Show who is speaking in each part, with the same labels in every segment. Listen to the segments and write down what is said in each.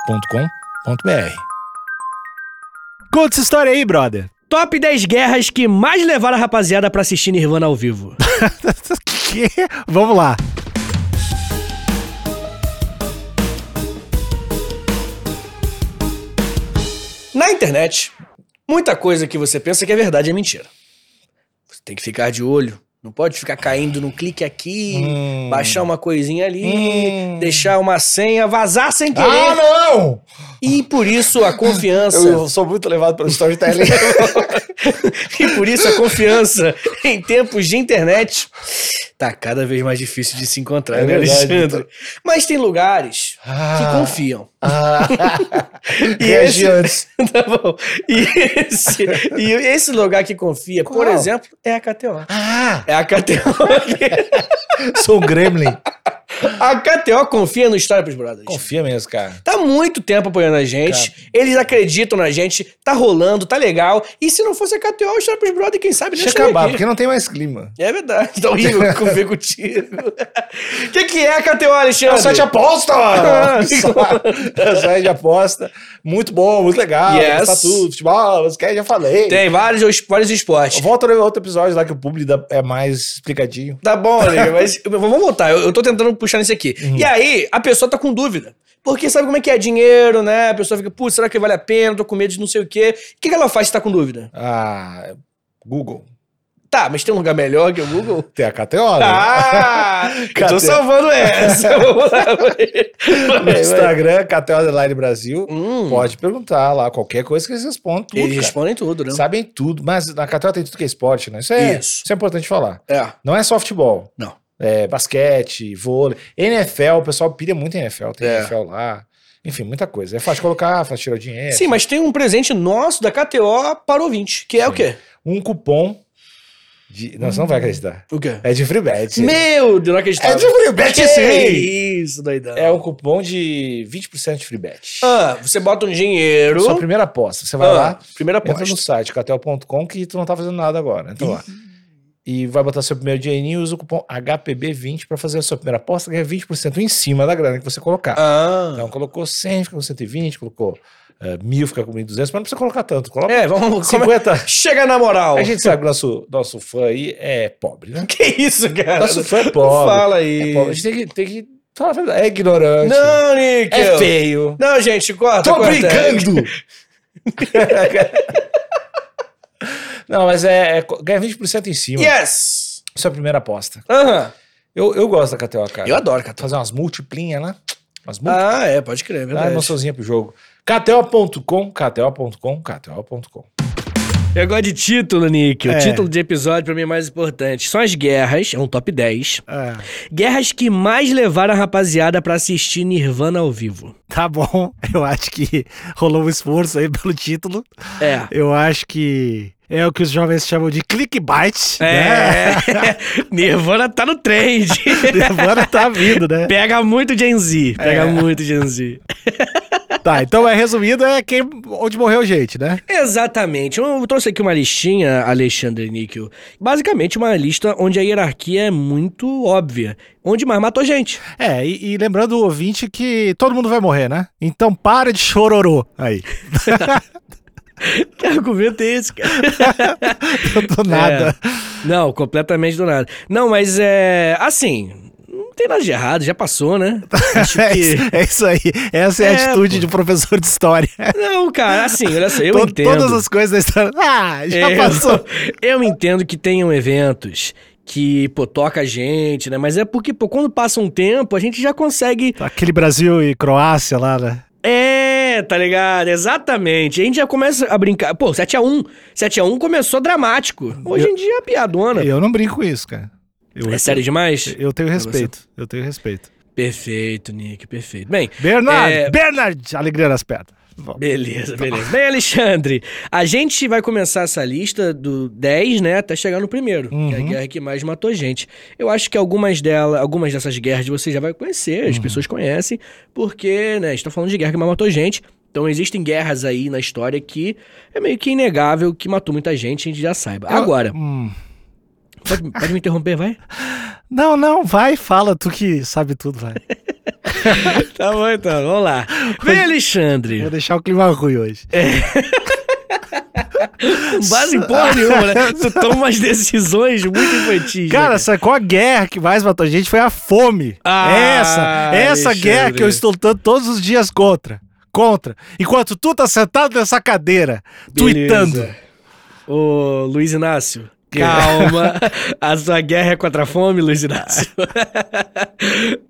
Speaker 1: agenciadepodcast.com.br.
Speaker 2: Conta essa história aí, brother.
Speaker 3: Top 10 guerras que mais levaram a rapaziada pra assistir Nirvana ao vivo.
Speaker 2: Que? Vamos lá.
Speaker 3: Na internet, muita coisa que você pensa que é verdade é mentira. Você tem que ficar de olho. Não pode ficar caindo num clique aqui,
Speaker 1: Hum.
Speaker 3: baixar uma coisinha ali,
Speaker 1: Hum.
Speaker 3: deixar uma senha, vazar sem querer.
Speaker 1: Ah, não!
Speaker 3: E por isso a confiança.
Speaker 1: Eu sou muito levado pelo storytelling.
Speaker 3: E por isso a confiança em tempos de internet tá cada vez mais difícil de se encontrar,
Speaker 1: É
Speaker 3: né,
Speaker 1: verdade,
Speaker 3: Alexandre? Mas tem lugares que confiam.
Speaker 1: Ah,
Speaker 3: E
Speaker 1: reagi
Speaker 3: esse-
Speaker 1: antes.
Speaker 3: Tá bom. E esse, e esse lugar que confia, por
Speaker 1: Qual?
Speaker 3: exemplo, é a KTO.
Speaker 1: Ah,
Speaker 3: É a KTO.
Speaker 1: sou um gremlin.
Speaker 3: a KTO confia no História pros Brothers.
Speaker 1: Confia mesmo, cara.
Speaker 3: Tá muito tempo apoiando a gente. Eles acreditam na gente. Tá rolando, tá legal. E se não fosse a KTO, o História pros Brothers, quem sabe,
Speaker 1: Deixa
Speaker 3: deixa eu
Speaker 1: acabar,
Speaker 3: aqui.
Speaker 1: porque não tem mais clima.
Speaker 3: É verdade, tá horrível conviver contigo. O que, que é a KTO, Alexandre?
Speaker 1: É um site aposta!
Speaker 3: Ah,
Speaker 1: É um site de aposta. Muito bom, muito legal.
Speaker 3: Yes.
Speaker 1: Tá tudo, futebol, os já falei.
Speaker 3: Tem vários, es- vários esportes.
Speaker 1: Volta no outro episódio lá que o publi dá- é mais explicadinho.
Speaker 3: Tá bom, amigo, mas eu- vamos voltar. Eu, eu tô tentando puxar nesse aqui.
Speaker 1: Uhum.
Speaker 3: E aí, a pessoa tá com dúvida. Porque sabe como é que é dinheiro, né? A pessoa fica, putz, será que vale a pena? Tô com medo de não sei o quê. O que, que ela faz se tá com dúvida?
Speaker 1: Ah, Google.
Speaker 3: Tá, mas tem um lugar melhor que o Google?
Speaker 1: Tem a KTO, né?
Speaker 3: Ah! eu
Speaker 1: Cadê?
Speaker 3: tô salvando essa. Vamos lá, vai.
Speaker 1: No
Speaker 3: Vai, vai.
Speaker 1: Instagram, KTO Underline Brasil.
Speaker 3: é, Hum,
Speaker 1: Pode perguntar lá, qualquer coisa que eles respondem tudo,
Speaker 3: Eles
Speaker 1: cara.
Speaker 3: respondem tudo, né?
Speaker 1: Sabem tudo, mas na KTO tem tudo que é esporte, né? Isso é,
Speaker 3: Isso.
Speaker 1: isso é importante falar.
Speaker 3: É.
Speaker 1: Não é só futebol.
Speaker 3: Não.
Speaker 1: É basquete, vôlei, NFL, o pessoal pira muito em NFL, tem
Speaker 3: É.
Speaker 1: NFL lá. Enfim, muita coisa. É fácil de colocar, fácil de tirar o dinheiro.
Speaker 3: Sim, mas tem um presente nosso da KTO para o ouvinte, que é o
Speaker 1: Sim.
Speaker 3: quê?
Speaker 1: Um cupom de... Não, você não vai acreditar.
Speaker 3: O quê?
Speaker 1: É de free bet.
Speaker 3: Hum. Meu Deus, não acreditava.
Speaker 1: É de free bet,
Speaker 3: Que
Speaker 1: sim!
Speaker 3: isso, doidão.
Speaker 1: É um cupom de 20% de free bet.
Speaker 3: Ah, você bota um dinheiro.
Speaker 1: Sua primeira aposta. Você vai
Speaker 3: Ah,
Speaker 1: lá,
Speaker 3: primeira
Speaker 1: Entra no
Speaker 3: aposta.
Speaker 1: site, catel.com, que tu não tá fazendo nada agora. Entra lá. E vai botar seu primeiro dinheirinho e usa o cupom HPB20 pra fazer a sua primeira aposta, ganha 20% em cima da grana que você colocar.
Speaker 3: Ah.
Speaker 1: Então colocou 100, fica com 120, colocou eh, mil, fica com 1.200, mas não precisa colocar tanto. Coloca
Speaker 3: É, vamos. Como é?
Speaker 1: 50.
Speaker 3: Chega na moral.
Speaker 1: A gente sabe que o nosso, nosso fã aí é pobre, né?
Speaker 3: Que isso, cara?
Speaker 1: Nosso fã é
Speaker 3: não
Speaker 1: pobre.
Speaker 3: fala
Speaker 1: É
Speaker 3: aí.
Speaker 1: pobre. A gente tem que, tem que falar a verdade. É ignorante.
Speaker 3: não, Nick.
Speaker 1: é feio.
Speaker 3: Não, gente, corta.
Speaker 1: Tô
Speaker 3: corta.
Speaker 1: brincando! Não, mas é, é co- ganha 20% em cima.
Speaker 3: Yes!
Speaker 1: Isso é a primeira aposta.
Speaker 3: Aham.
Speaker 1: Eu, eu gosto da KTO, cara.
Speaker 3: Eu adoro KTO.
Speaker 1: Fazer umas multiplinhas lá. Umas múltiplas.
Speaker 3: Ah, é, pode crer, é
Speaker 1: Dá uma
Speaker 3: verdade.
Speaker 1: emoçãozinha pro jogo. KTO.com, KTO.com, KTO.com.
Speaker 3: Eu gosto de título, Nick.
Speaker 2: É.
Speaker 3: O título de episódio pra mim é mais importante. São as guerras, é um top 10.
Speaker 2: Ah,
Speaker 3: Guerras que mais levaram a rapaziada pra assistir Nirvana ao vivo.
Speaker 2: tá bom. Eu acho que rolou um esforço aí pelo título.
Speaker 3: É.
Speaker 2: Eu acho que é o que os jovens chamam de clickbait. Né?
Speaker 3: É. Nirvana tá no trend.
Speaker 2: Agora tá vindo, né?
Speaker 3: Pega muito Gen Z. Pega muito Gen Z.
Speaker 2: Tá, então é resumido, é quem onde morreu gente, né?
Speaker 3: Exatamente. Eu trouxe aqui uma listinha, Alexandre Níquel. Basicamente, uma lista onde a hierarquia é muito óbvia. Onde mais matou gente.
Speaker 2: É, e, e lembrando o ouvinte que todo mundo vai morrer, né? Então para de chororô aí.
Speaker 3: Que argumento é esse, cara?
Speaker 2: Do nada.
Speaker 3: É. Não, completamente do nada. Não, mas é. Assim, não tem nada de errado, já passou, né? Acho
Speaker 2: É,
Speaker 3: que.
Speaker 2: isso, é isso aí. Essa é, a
Speaker 3: É,
Speaker 2: atitude de professor de história.
Speaker 3: Não, cara, assim, olha só, eu
Speaker 2: To-
Speaker 3: entendo. É,
Speaker 2: Todas as coisas da história. Ah, já
Speaker 3: Eu-
Speaker 2: passou.
Speaker 3: Eu entendo que tenham eventos que, pô, toca a gente, né? Mas é porque, pô, quando passa um tempo, a gente já consegue.
Speaker 2: Aquele Brasil e Croácia lá, né?
Speaker 3: É, tá ligado? Exatamente. A gente já começa a um. brincar. Pô, 7x1. 7x1 começou dramático. Hoje em dia é piadona.
Speaker 2: Eu não brinco com isso, cara. Eu,
Speaker 3: É sério demais?
Speaker 2: Eu tenho
Speaker 3: você.
Speaker 2: respeito. Eu tenho respeito.
Speaker 3: Perfeito, Nick, perfeito. Bem,
Speaker 2: Bernard,
Speaker 3: É-
Speaker 2: Bernard, alegria nas pedras.
Speaker 3: Tá
Speaker 2: Bom,
Speaker 3: Beleza, beleza. Bem, Alexandre, a gente vai começar essa lista do 10, né, até chegar no primeiro, que é a
Speaker 2: Uhum.
Speaker 3: guerra que mais matou gente. Eu acho que algumas delas, algumas dessas guerras você já vai conhecer, as pessoas conhecem, porque, né, a gente tá falando de guerra que mais matou gente. Então existem guerras aí na história que é meio que inegável que matou muita gente, a gente já saiba.
Speaker 2: Eu-
Speaker 3: Agora,
Speaker 2: hum.
Speaker 3: pode, pode me interromper, vai?
Speaker 2: Não, não, vai, fala, tu que sabe tudo, vai.
Speaker 3: tá bom então, vamos lá. Vem, Alexandre.
Speaker 2: Vou deixar o clima ruim hoje.
Speaker 3: É, Com base em porra nenhuma, né? Tu toma umas decisões muito infantis.
Speaker 2: Cara,
Speaker 3: né?
Speaker 2: sacou a guerra que mais matou a gente foi a fome.
Speaker 3: Ah,
Speaker 2: essa, essa
Speaker 3: Alexandre.
Speaker 2: guerra que eu estou lutando todos os dias contra. Contra. Enquanto tu tá sentado nessa cadeira, tweetando.
Speaker 3: Ô, Luiz Inácio. Calma. a sua guerra é contra a fome, Luiz Inácio.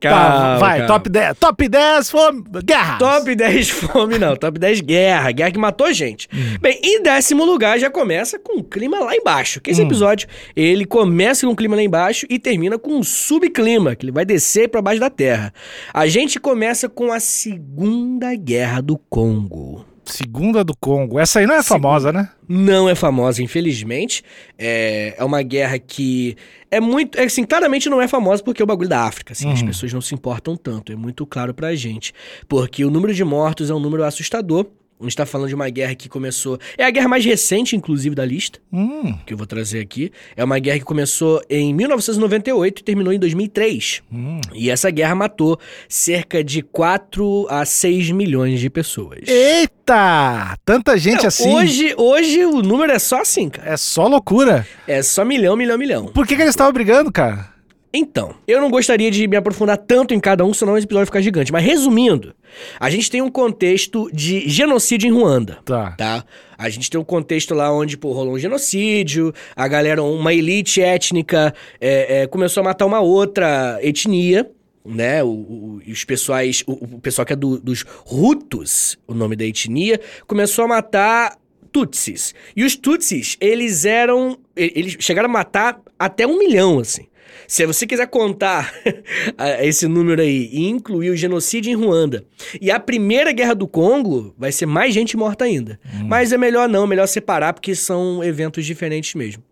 Speaker 2: Tá,
Speaker 3: calma.
Speaker 2: vai,
Speaker 3: calma.
Speaker 2: top 10. Top 10 fome. Guerra.
Speaker 3: Top 10 fome, não. Top 10 guerra. Guerra que matou gente.
Speaker 2: Hum.
Speaker 3: Bem, em décimo lugar já começa com um clima lá embaixo.
Speaker 2: Hum.
Speaker 3: Que esse episódio, ele começa com um clima lá embaixo e termina com um subclima, que ele vai descer pra baixo da terra. A gente começa com a Segunda Guerra do Congo.
Speaker 2: Segunda do Congo. Essa aí não é famosa, né?
Speaker 3: Não é famosa, infelizmente. É, é uma guerra que é muito. É, assim, claramente não é famosa porque é o bagulho da África. Assim, As
Speaker 2: Uhum.
Speaker 3: pessoas não se importam tanto. É muito claro pra gente. Porque o número de mortos é um número assustador. A gente tá falando de uma guerra que começou. É a guerra mais recente, inclusive, da lista,
Speaker 2: Hum,
Speaker 3: que eu vou trazer aqui. É uma guerra que começou em 1998 e terminou em 2003.
Speaker 2: hum.
Speaker 3: E essa guerra matou cerca de 4 a 6 milhões de pessoas. É,
Speaker 2: Eita! Tanta gente assim.
Speaker 3: Hoje, hoje o número é só assim, cara.
Speaker 2: É só loucura.
Speaker 3: É só milhão, milhão, milhão.
Speaker 2: Por que, que eles estavam brigando, cara?
Speaker 3: Então, eu não gostaria de me aprofundar tanto em cada um, senão esse episódio fica gigante. Mas resumindo, a gente tem um contexto de genocídio em Ruanda.
Speaker 2: Tá.
Speaker 3: Tá? A gente tem um contexto lá onde pô, rolou um genocídio, a galera, uma elite étnica é, é, começou a matar uma outra etnia, né? O, o- os pessoais, o, o pessoal que é do- dos Hutus, o nome da etnia, começou a matar Tutsis. E os Tutsis, eles eram. e- Eles chegaram a matar até um milhão, assim. Se você quiser contar a- esse número aí e incluir o genocídio em Ruanda e a primeira guerra do Congo, vai ser mais gente morta ainda. Mas é melhor não, é melhor separar porque são eventos diferentes mesmo.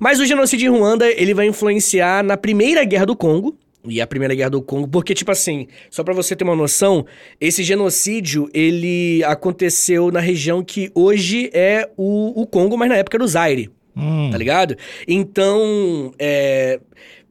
Speaker 3: Mas o genocídio em Ruanda, ele vai influenciar na primeira guerra do Congo. E a primeira guerra do Congo, porque tipo assim, só pra você ter uma noção, esse genocídio ele aconteceu na região que hoje é o, o Congo, mas na época era o Zaire
Speaker 2: Hum.
Speaker 3: tá ligado? Então, é,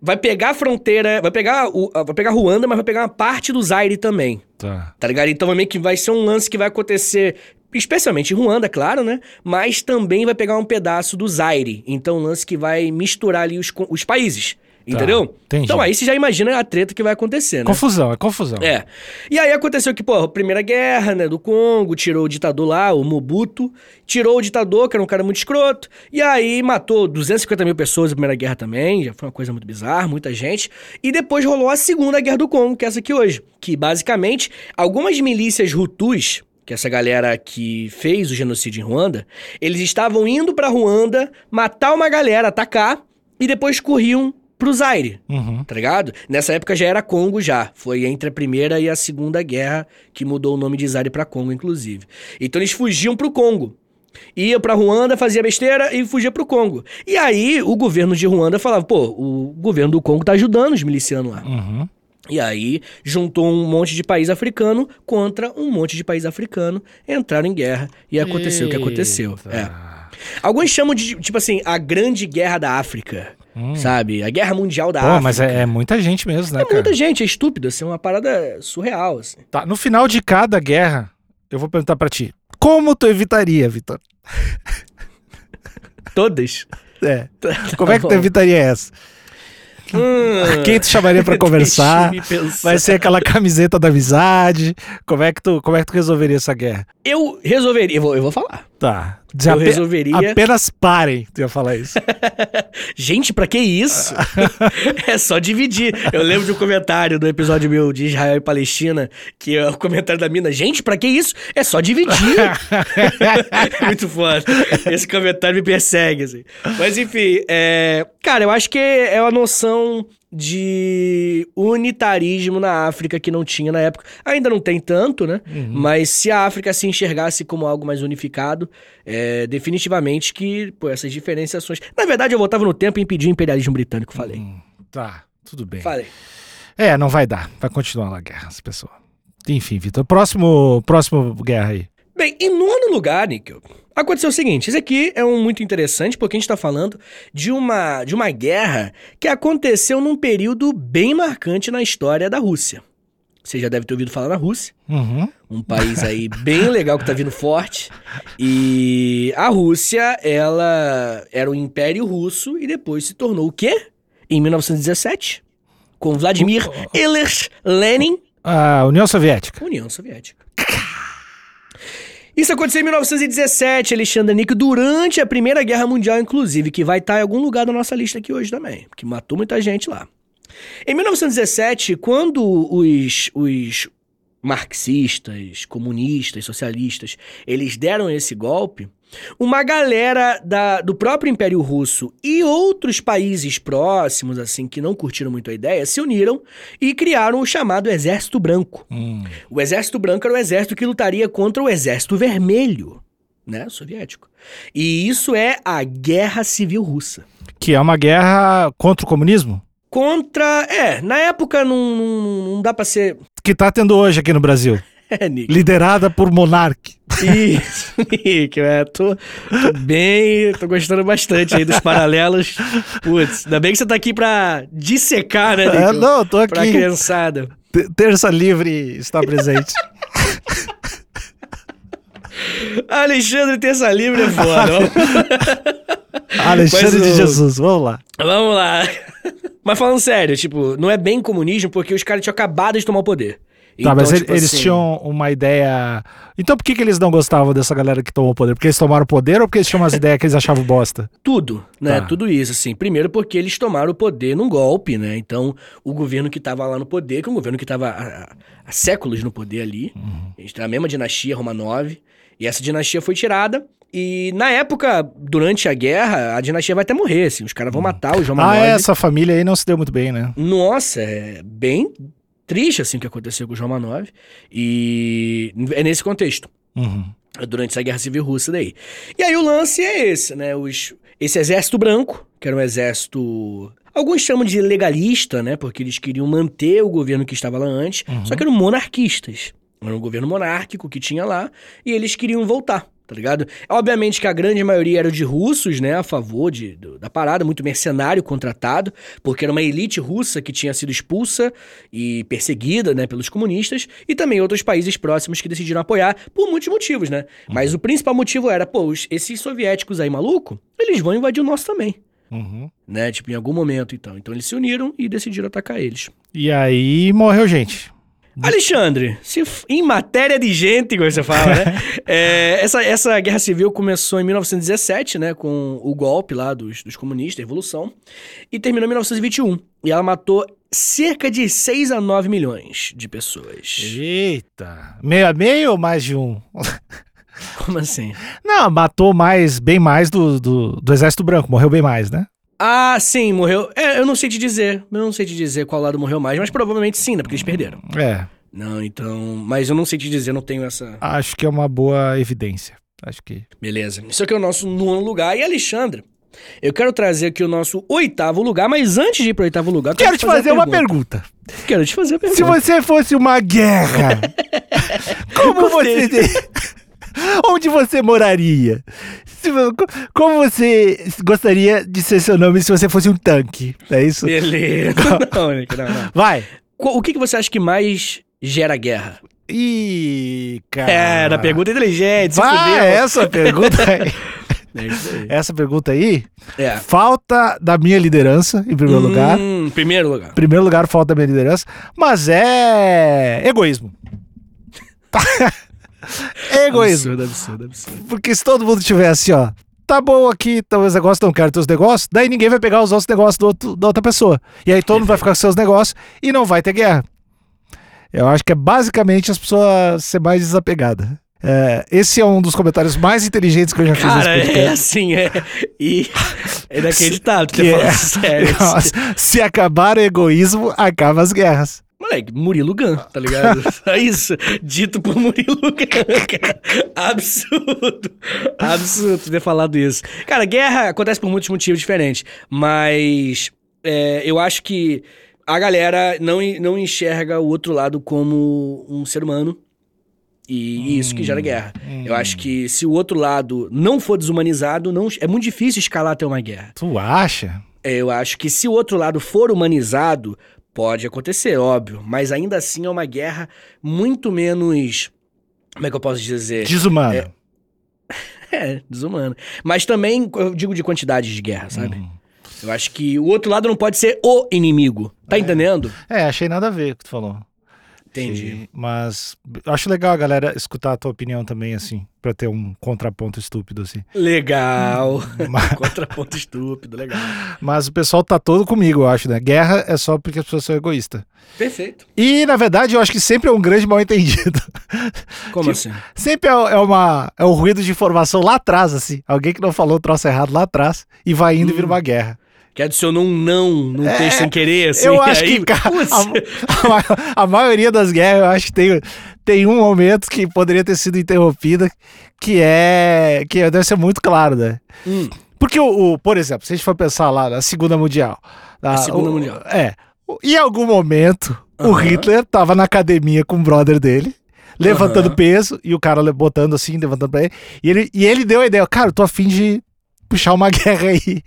Speaker 3: vai pegar a fronteira, vai pegar, o, vai pegar Ruanda, mas vai pegar uma parte do Zaire também,
Speaker 2: Tá.
Speaker 3: tá ligado? Então vai meio que vai ser um lance que vai acontecer, especialmente em Ruanda, claro, né? Mas também vai pegar um pedaço do Zaire, então um lance que vai misturar ali os, co- os países, entendeu?
Speaker 2: entendi.
Speaker 3: Então aí você já imagina a treta que vai acontecer, né?
Speaker 2: Confusão, é confusão.
Speaker 3: É. E aí aconteceu que, pô, Primeira Guerra, né, do Congo, tirou o ditador lá, o Mobutu, tirou o ditador, que era um cara muito escroto, e aí matou 250 mil pessoas na Primeira Guerra também, já foi uma coisa muito bizarra, muita gente. E depois rolou a Segunda Guerra do Congo, que é essa aqui hoje, que basicamente algumas milícias hutus, que é essa galera que fez o genocídio em Ruanda, eles estavam indo pra Ruanda matar uma galera, atacar, e depois corriam pro Zaire
Speaker 2: Uhum.
Speaker 3: tá ligado? Nessa época já era Congo já. Foi entre a primeira e a segunda guerra que mudou o nome de Zaire pra Congo, inclusive. Então eles fugiam pro Congo. Ia pra Ruanda, fazia besteira e fugia pro Congo. E aí o governo de Ruanda falava, pô, o governo do Congo tá ajudando os milicianos lá.
Speaker 2: Uhum.
Speaker 3: E aí juntou um monte de país africano contra um monte de país africano, entraram em guerra e aconteceu o que aconteceu.
Speaker 2: Eita.
Speaker 3: É. Alguns chamam de, tipo assim, a Grande Guerra da África,
Speaker 2: Hum.
Speaker 3: sabe? A Guerra Mundial da
Speaker 2: Pô,
Speaker 3: África.
Speaker 2: mas é, é muita gente mesmo,
Speaker 3: Tá,
Speaker 2: né,
Speaker 3: É
Speaker 2: cara?
Speaker 3: muita gente, é estúpido, assim, é uma parada surreal, assim.
Speaker 2: Tá, no final de cada guerra, eu vou perguntar pra ti. Como tu evitaria, Vitor?
Speaker 3: Todas.
Speaker 2: É.
Speaker 3: Tá
Speaker 2: Como é que tu
Speaker 3: bom.
Speaker 2: evitaria essa?
Speaker 3: Hum,
Speaker 2: Quem tu chamaria pra
Speaker 3: deixa
Speaker 2: conversar?
Speaker 3: eu me pensar.
Speaker 2: Vai ser aquela camiseta da amizade? Como é que tu, como é que tu resolveria essa guerra?
Speaker 3: Eu resolveria, eu vou, eu vou falar.
Speaker 2: Tá.
Speaker 3: Eu
Speaker 2: ape-
Speaker 3: resolveria.
Speaker 2: Apenas parem, tu ia falar isso.
Speaker 3: Gente, pra que isso? é só dividir. Eu lembro de um comentário do episódio meu de Israel e Palestina, que é o comentário da mina. Gente, pra que isso? É só dividir. Muito foda. Esse comentário me persegue, assim. Mas enfim, é... cara, eu acho que é uma noção de unitarismo na África que não tinha na época. Ainda não tem tanto, né? Mas se a África se enxergasse como algo mais unificado, é, definitivamente que pô, essas diferenciações. Na verdade, eu voltava no tempo e impedia o imperialismo britânico, falei.
Speaker 2: Hum, Tá, tudo bem.
Speaker 3: Falei.
Speaker 2: É, não vai dar. Vai continuar lá a guerra, essa pessoa. Enfim, Vitor, próximo, próximo guerra aí.
Speaker 3: Bem, em nono lugar, Níquel, aconteceu o seguinte: isso aqui é um muito interessante, porque a gente tá falando de uma, de uma guerra que aconteceu num período bem marcante na história da Rússia. Você já deve ter ouvido falar na Rússia,
Speaker 2: Uhum.
Speaker 3: um país aí bem legal que tá vindo forte. E a Rússia, ela era o Império Russo e depois se tornou o quê? Em 1917, com Vladimir Ilyich Lenin,
Speaker 2: A União Soviética.
Speaker 3: União Soviética. Isso aconteceu em 1917, Alexandre Nick, durante a Primeira Guerra Mundial, inclusive, que vai estar em algum lugar da nossa lista aqui hoje também, que matou muita gente lá. Em 1917, quando os, os marxistas, comunistas, socialistas, eles deram esse golpe, uma galera da- do próprio Império Russo e outros países próximos, assim, que não curtiram muito a ideia, se uniram e criaram o chamado Exército Branco.
Speaker 2: Hum.
Speaker 3: O exército branco era o exército que lutaria contra o exército vermelho, né, soviético. E isso é a Guerra Civil Russa.
Speaker 2: Que é uma guerra contra o comunismo?
Speaker 3: Contra, é, na época não, não, não dá pra ser,
Speaker 2: Que tá tendo hoje aqui no Brasil.
Speaker 3: é, Nick.
Speaker 2: Liderada por monarque.
Speaker 3: Isso, Nick, é, tô, tô bem, tô gostando bastante aí dos paralelos. Putz, ainda bem que você tá aqui pra dissecar, né,
Speaker 2: É,
Speaker 3: Nick?
Speaker 2: não, eu tô
Speaker 3: pra
Speaker 2: aqui.
Speaker 3: criançada.
Speaker 2: Te- Terça livre está presente.
Speaker 3: Alexandre Terça Livre é foda.
Speaker 2: Alexandre
Speaker 3: Mas
Speaker 2: de
Speaker 3: o-
Speaker 2: Jesus, vamos lá. Tá,
Speaker 3: Vamos lá. Mas falando sério, tipo, não é bem comunismo porque os caras tinham acabado de tomar o poder.
Speaker 2: tá, mas ele-
Speaker 3: tipo
Speaker 2: eles
Speaker 3: assim,
Speaker 2: tinham uma ideia. Então por que, que eles não gostavam dessa galera que tomou o poder? Porque eles tomaram o poder ou porque eles tinham umas ideias que eles achavam bosta?
Speaker 3: Tudo, né?
Speaker 2: Tá.
Speaker 3: Tudo isso, assim. Primeiro porque eles tomaram o poder num golpe, né? Então, o governo que tava lá no poder, que é um governo que tava há, há- há séculos no poder ali,
Speaker 2: Uhum.
Speaker 3: a gente tem a mesma dinastia, Romanov, e essa dinastia foi tirada. E na época, durante a guerra, a dinastia vai até morrer, assim. Os caras vão matar os Romanov.
Speaker 2: Ah, é, essa família aí não se deu muito bem, né?
Speaker 3: Nossa, é bem triste assim o que aconteceu com o Romanov. E é nesse contexto,
Speaker 2: Uhum.
Speaker 3: durante essa guerra civil russa daí. E aí o lance é esse, né? Os, esse exército branco, que era um exército. Alguns chamam de legalista, né? Porque eles queriam manter o governo que estava lá antes,
Speaker 2: Uhum.
Speaker 3: só que eram monarquistas. Era um governo monárquico que tinha lá, e eles queriam voltar, tá ligado? Obviamente que a grande maioria era de russos, né? A favor de, do- da parada, muito mercenário contratado, porque era uma elite russa que tinha sido expulsa e perseguida, né, pelos comunistas, e também outros países próximos que decidiram apoiar por muitos motivos, né? Mas o principal motivo era, pô, os- esses soviéticos aí maluco, eles vão invadir o nosso também,
Speaker 2: Uhum.
Speaker 3: né? Tipo, em algum momento, então. Então eles se uniram e decidiram atacar eles.
Speaker 2: E aí morreu gente.
Speaker 3: Alexandre, se f- em matéria de gente, como você fala, né? É, essa, essa guerra civil começou em 1917, né? Com o golpe lá dos, dos comunistas, a Revolução, e terminou em 1921. E ela matou cerca de 6 a 9 milhões de pessoas.
Speaker 2: Eita. Meio a meio ou mais de um?
Speaker 3: Como assim?
Speaker 2: Não, matou mais, bem mais do, do, do Exército Branco, morreu bem mais, né?
Speaker 3: Ah, sim, morreu. É, eu não sei te dizer. Eu não sei te dizer qual lado morreu mais, mas provavelmente sim, né? Porque eles perderam.
Speaker 2: É,
Speaker 3: Não, então. Mas eu não sei te dizer, não tenho essa.
Speaker 2: acho que é uma boa evidência. Acho que.
Speaker 3: Beleza. Isso aqui é o nosso nono lugar. E Alexandre, eu quero trazer aqui o nosso oitavo lugar, mas antes de ir pro oitavo lugar, eu
Speaker 2: Quero te fazer
Speaker 3: a
Speaker 2: uma pergunta.
Speaker 3: Quero te fazer a pergunta.
Speaker 2: Se você fosse uma guerra, como você. Onde você moraria? Se vo- co- Como você gostaria de ser seu nome se você fosse um tanque? É isso?
Speaker 3: Beleza. não, Nick, não, não.
Speaker 2: Vai!
Speaker 3: Qu- O que, que você acha que mais gera guerra? Ah.
Speaker 2: Ih, cara.
Speaker 3: Era pergunta inteligente, se
Speaker 2: Vai,
Speaker 3: fudeu.
Speaker 2: Ah, essa pergunta aí.
Speaker 3: É isso aí.
Speaker 2: Essa pergunta aí.
Speaker 3: É.
Speaker 2: Falta da minha liderança, em primeiro lugar.
Speaker 3: Hum, primeiro lugar.
Speaker 2: Em primeiro lugar, falta da minha liderança. Mas é. egoísmo. egoísmo.
Speaker 3: Absurdo, absurdo, absurdo.
Speaker 2: Porque se todo mundo tiver assim, ó, tá bom aqui, os negócios não quero teus negócios, daí ninguém vai pegar os outros negócios do outro- da outra pessoa. E aí todo mundo vai ficar com seus negócios e não vai ter guerra. Eu acho que é basicamente as pessoas ser mais desapegada. É, esse é um dos comentários mais inteligentes que eu já fiz
Speaker 3: Cara,
Speaker 2: nesse
Speaker 3: é
Speaker 2: podcast.
Speaker 3: assim, é. E é inacreditável, tu
Speaker 2: Que
Speaker 3: ter falado
Speaker 2: é-
Speaker 3: sério.
Speaker 2: Nossa, se acabar o egoísmo, acaba as guerras.
Speaker 3: Moleque, Murilo Gun, tá ligado? Só isso. Dito por Murilo Gun, cara. Absurdo. Absurdo ter falado isso. Cara, guerra acontece por muitos motivos diferentes, mas é, eu acho que a galera não, en- não enxerga o outro lado como um ser humano. E isso que
Speaker 2: Hum,
Speaker 3: gera guerra. Eu acho que se o outro lado não for desumanizado, não, é muito difícil escalar até uma guerra.
Speaker 2: Tu acha?
Speaker 3: É, Eu acho que se o outro lado for humanizado, Pode acontecer, óbvio. Mas ainda assim é uma guerra muito menos. Como é que eu posso dizer?
Speaker 2: Desumano.
Speaker 3: É, desumana. Mas também, eu digo de quantidade de guerra, sabe?
Speaker 2: Hum.
Speaker 3: Eu acho que o outro lado não pode ser o inimigo. Tá entendendo?
Speaker 2: É, achei nada a ver o que tu falou.
Speaker 3: Entendi.
Speaker 2: E- mas eu acho legal a galera escutar a tua opinião também, assim, pra ter um contraponto estúpido, assim.
Speaker 3: Legal.
Speaker 2: Mas,
Speaker 3: Contraponto estúpido, legal.
Speaker 2: mas o pessoal tá todo comigo, eu acho, né? Guerra é só porque as pessoas são egoístas.
Speaker 3: Perfeito.
Speaker 2: E, na verdade, eu acho que sempre é um grande mal entendido.
Speaker 3: Como assim?
Speaker 2: Sempre é, é uma, é um ruído de informação lá atrás, assim. Alguém que não falou o troço errado lá atrás e vai indo e vira uma guerra.
Speaker 3: Que adicionou um não num
Speaker 2: É,
Speaker 3: texto sem querer, assim.
Speaker 2: eu acho
Speaker 3: aí-
Speaker 2: que, cara,
Speaker 3: Putz.
Speaker 2: a, ma- a maioria das guerras, eu acho que tem, tem um momento que poderia ter sido interrompida, que é. que deve ser muito claro, né?
Speaker 3: Hum,
Speaker 2: Porque, o, o- por exemplo, se a gente for pensar lá na Segunda Mundial. Na,
Speaker 3: A Segunda
Speaker 2: o-
Speaker 3: Mundial.
Speaker 2: É. O- Em algum momento, o
Speaker 3: Aham.
Speaker 2: Hitler tava na academia com o brother dele, levantando
Speaker 3: Aham.
Speaker 2: peso, e o cara le- botando assim, levantando pra ele. E ele, e ele deu a ideia, cara, eu tô afim de puxar uma guerra aí.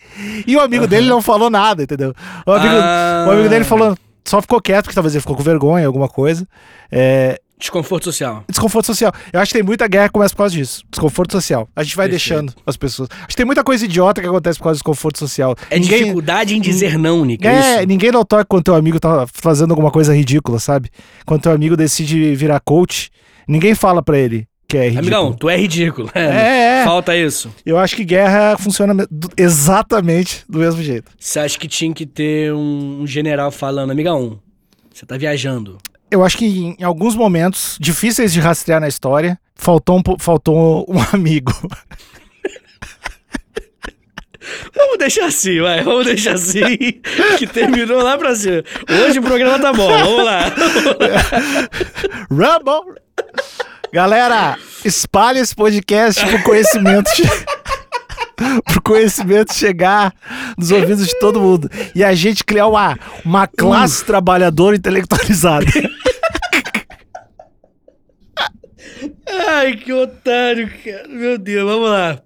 Speaker 2: E o amigo dele não falou nada, entendeu? O amigo,
Speaker 3: ah,
Speaker 2: o amigo dele falou. Só ficou quieto, porque talvez ele ficou com vergonha, alguma coisa. É,
Speaker 3: Desconforto social.
Speaker 2: desconforto social. Eu acho que tem muita guerra que começa por causa disso. Desconforto social. A gente vai
Speaker 3: Perfeito.
Speaker 2: deixando as pessoas. Acho que tem muita coisa idiota que acontece por causa do desconforto social.
Speaker 3: É
Speaker 2: ninguém,
Speaker 3: dificuldade em dizer não, Nick.
Speaker 2: é,
Speaker 3: isso?
Speaker 2: ninguém não toca quando teu amigo tá fazendo alguma coisa ridícula, sabe? Quando teu amigo decide virar coach, ninguém fala pra ele que é ridículo.
Speaker 3: Amigão, tu é ridículo.
Speaker 2: É, é.
Speaker 3: Falta isso.
Speaker 2: Eu acho que guerra funciona me- do- exatamente do mesmo jeito.
Speaker 3: Você acha que tinha que ter um, um general falando, amigão, você tá viajando.
Speaker 2: Eu acho que em, em alguns momentos difíceis de rastrear na história, faltou um, po- faltou um amigo.
Speaker 3: Vamos deixar assim, vai, vamos deixar assim, que terminou lá pra cima. Hoje o programa tá bom, vamos lá.
Speaker 2: Rumble! Galera, espalhe esse podcast pro conhecimento. che- pro conhecimento chegar nos ouvidos de todo mundo. E a gente criar uma, uma classe trabalhadora intelectualizada.
Speaker 3: Ai, que otário, cara. Meu Deus, vamos lá.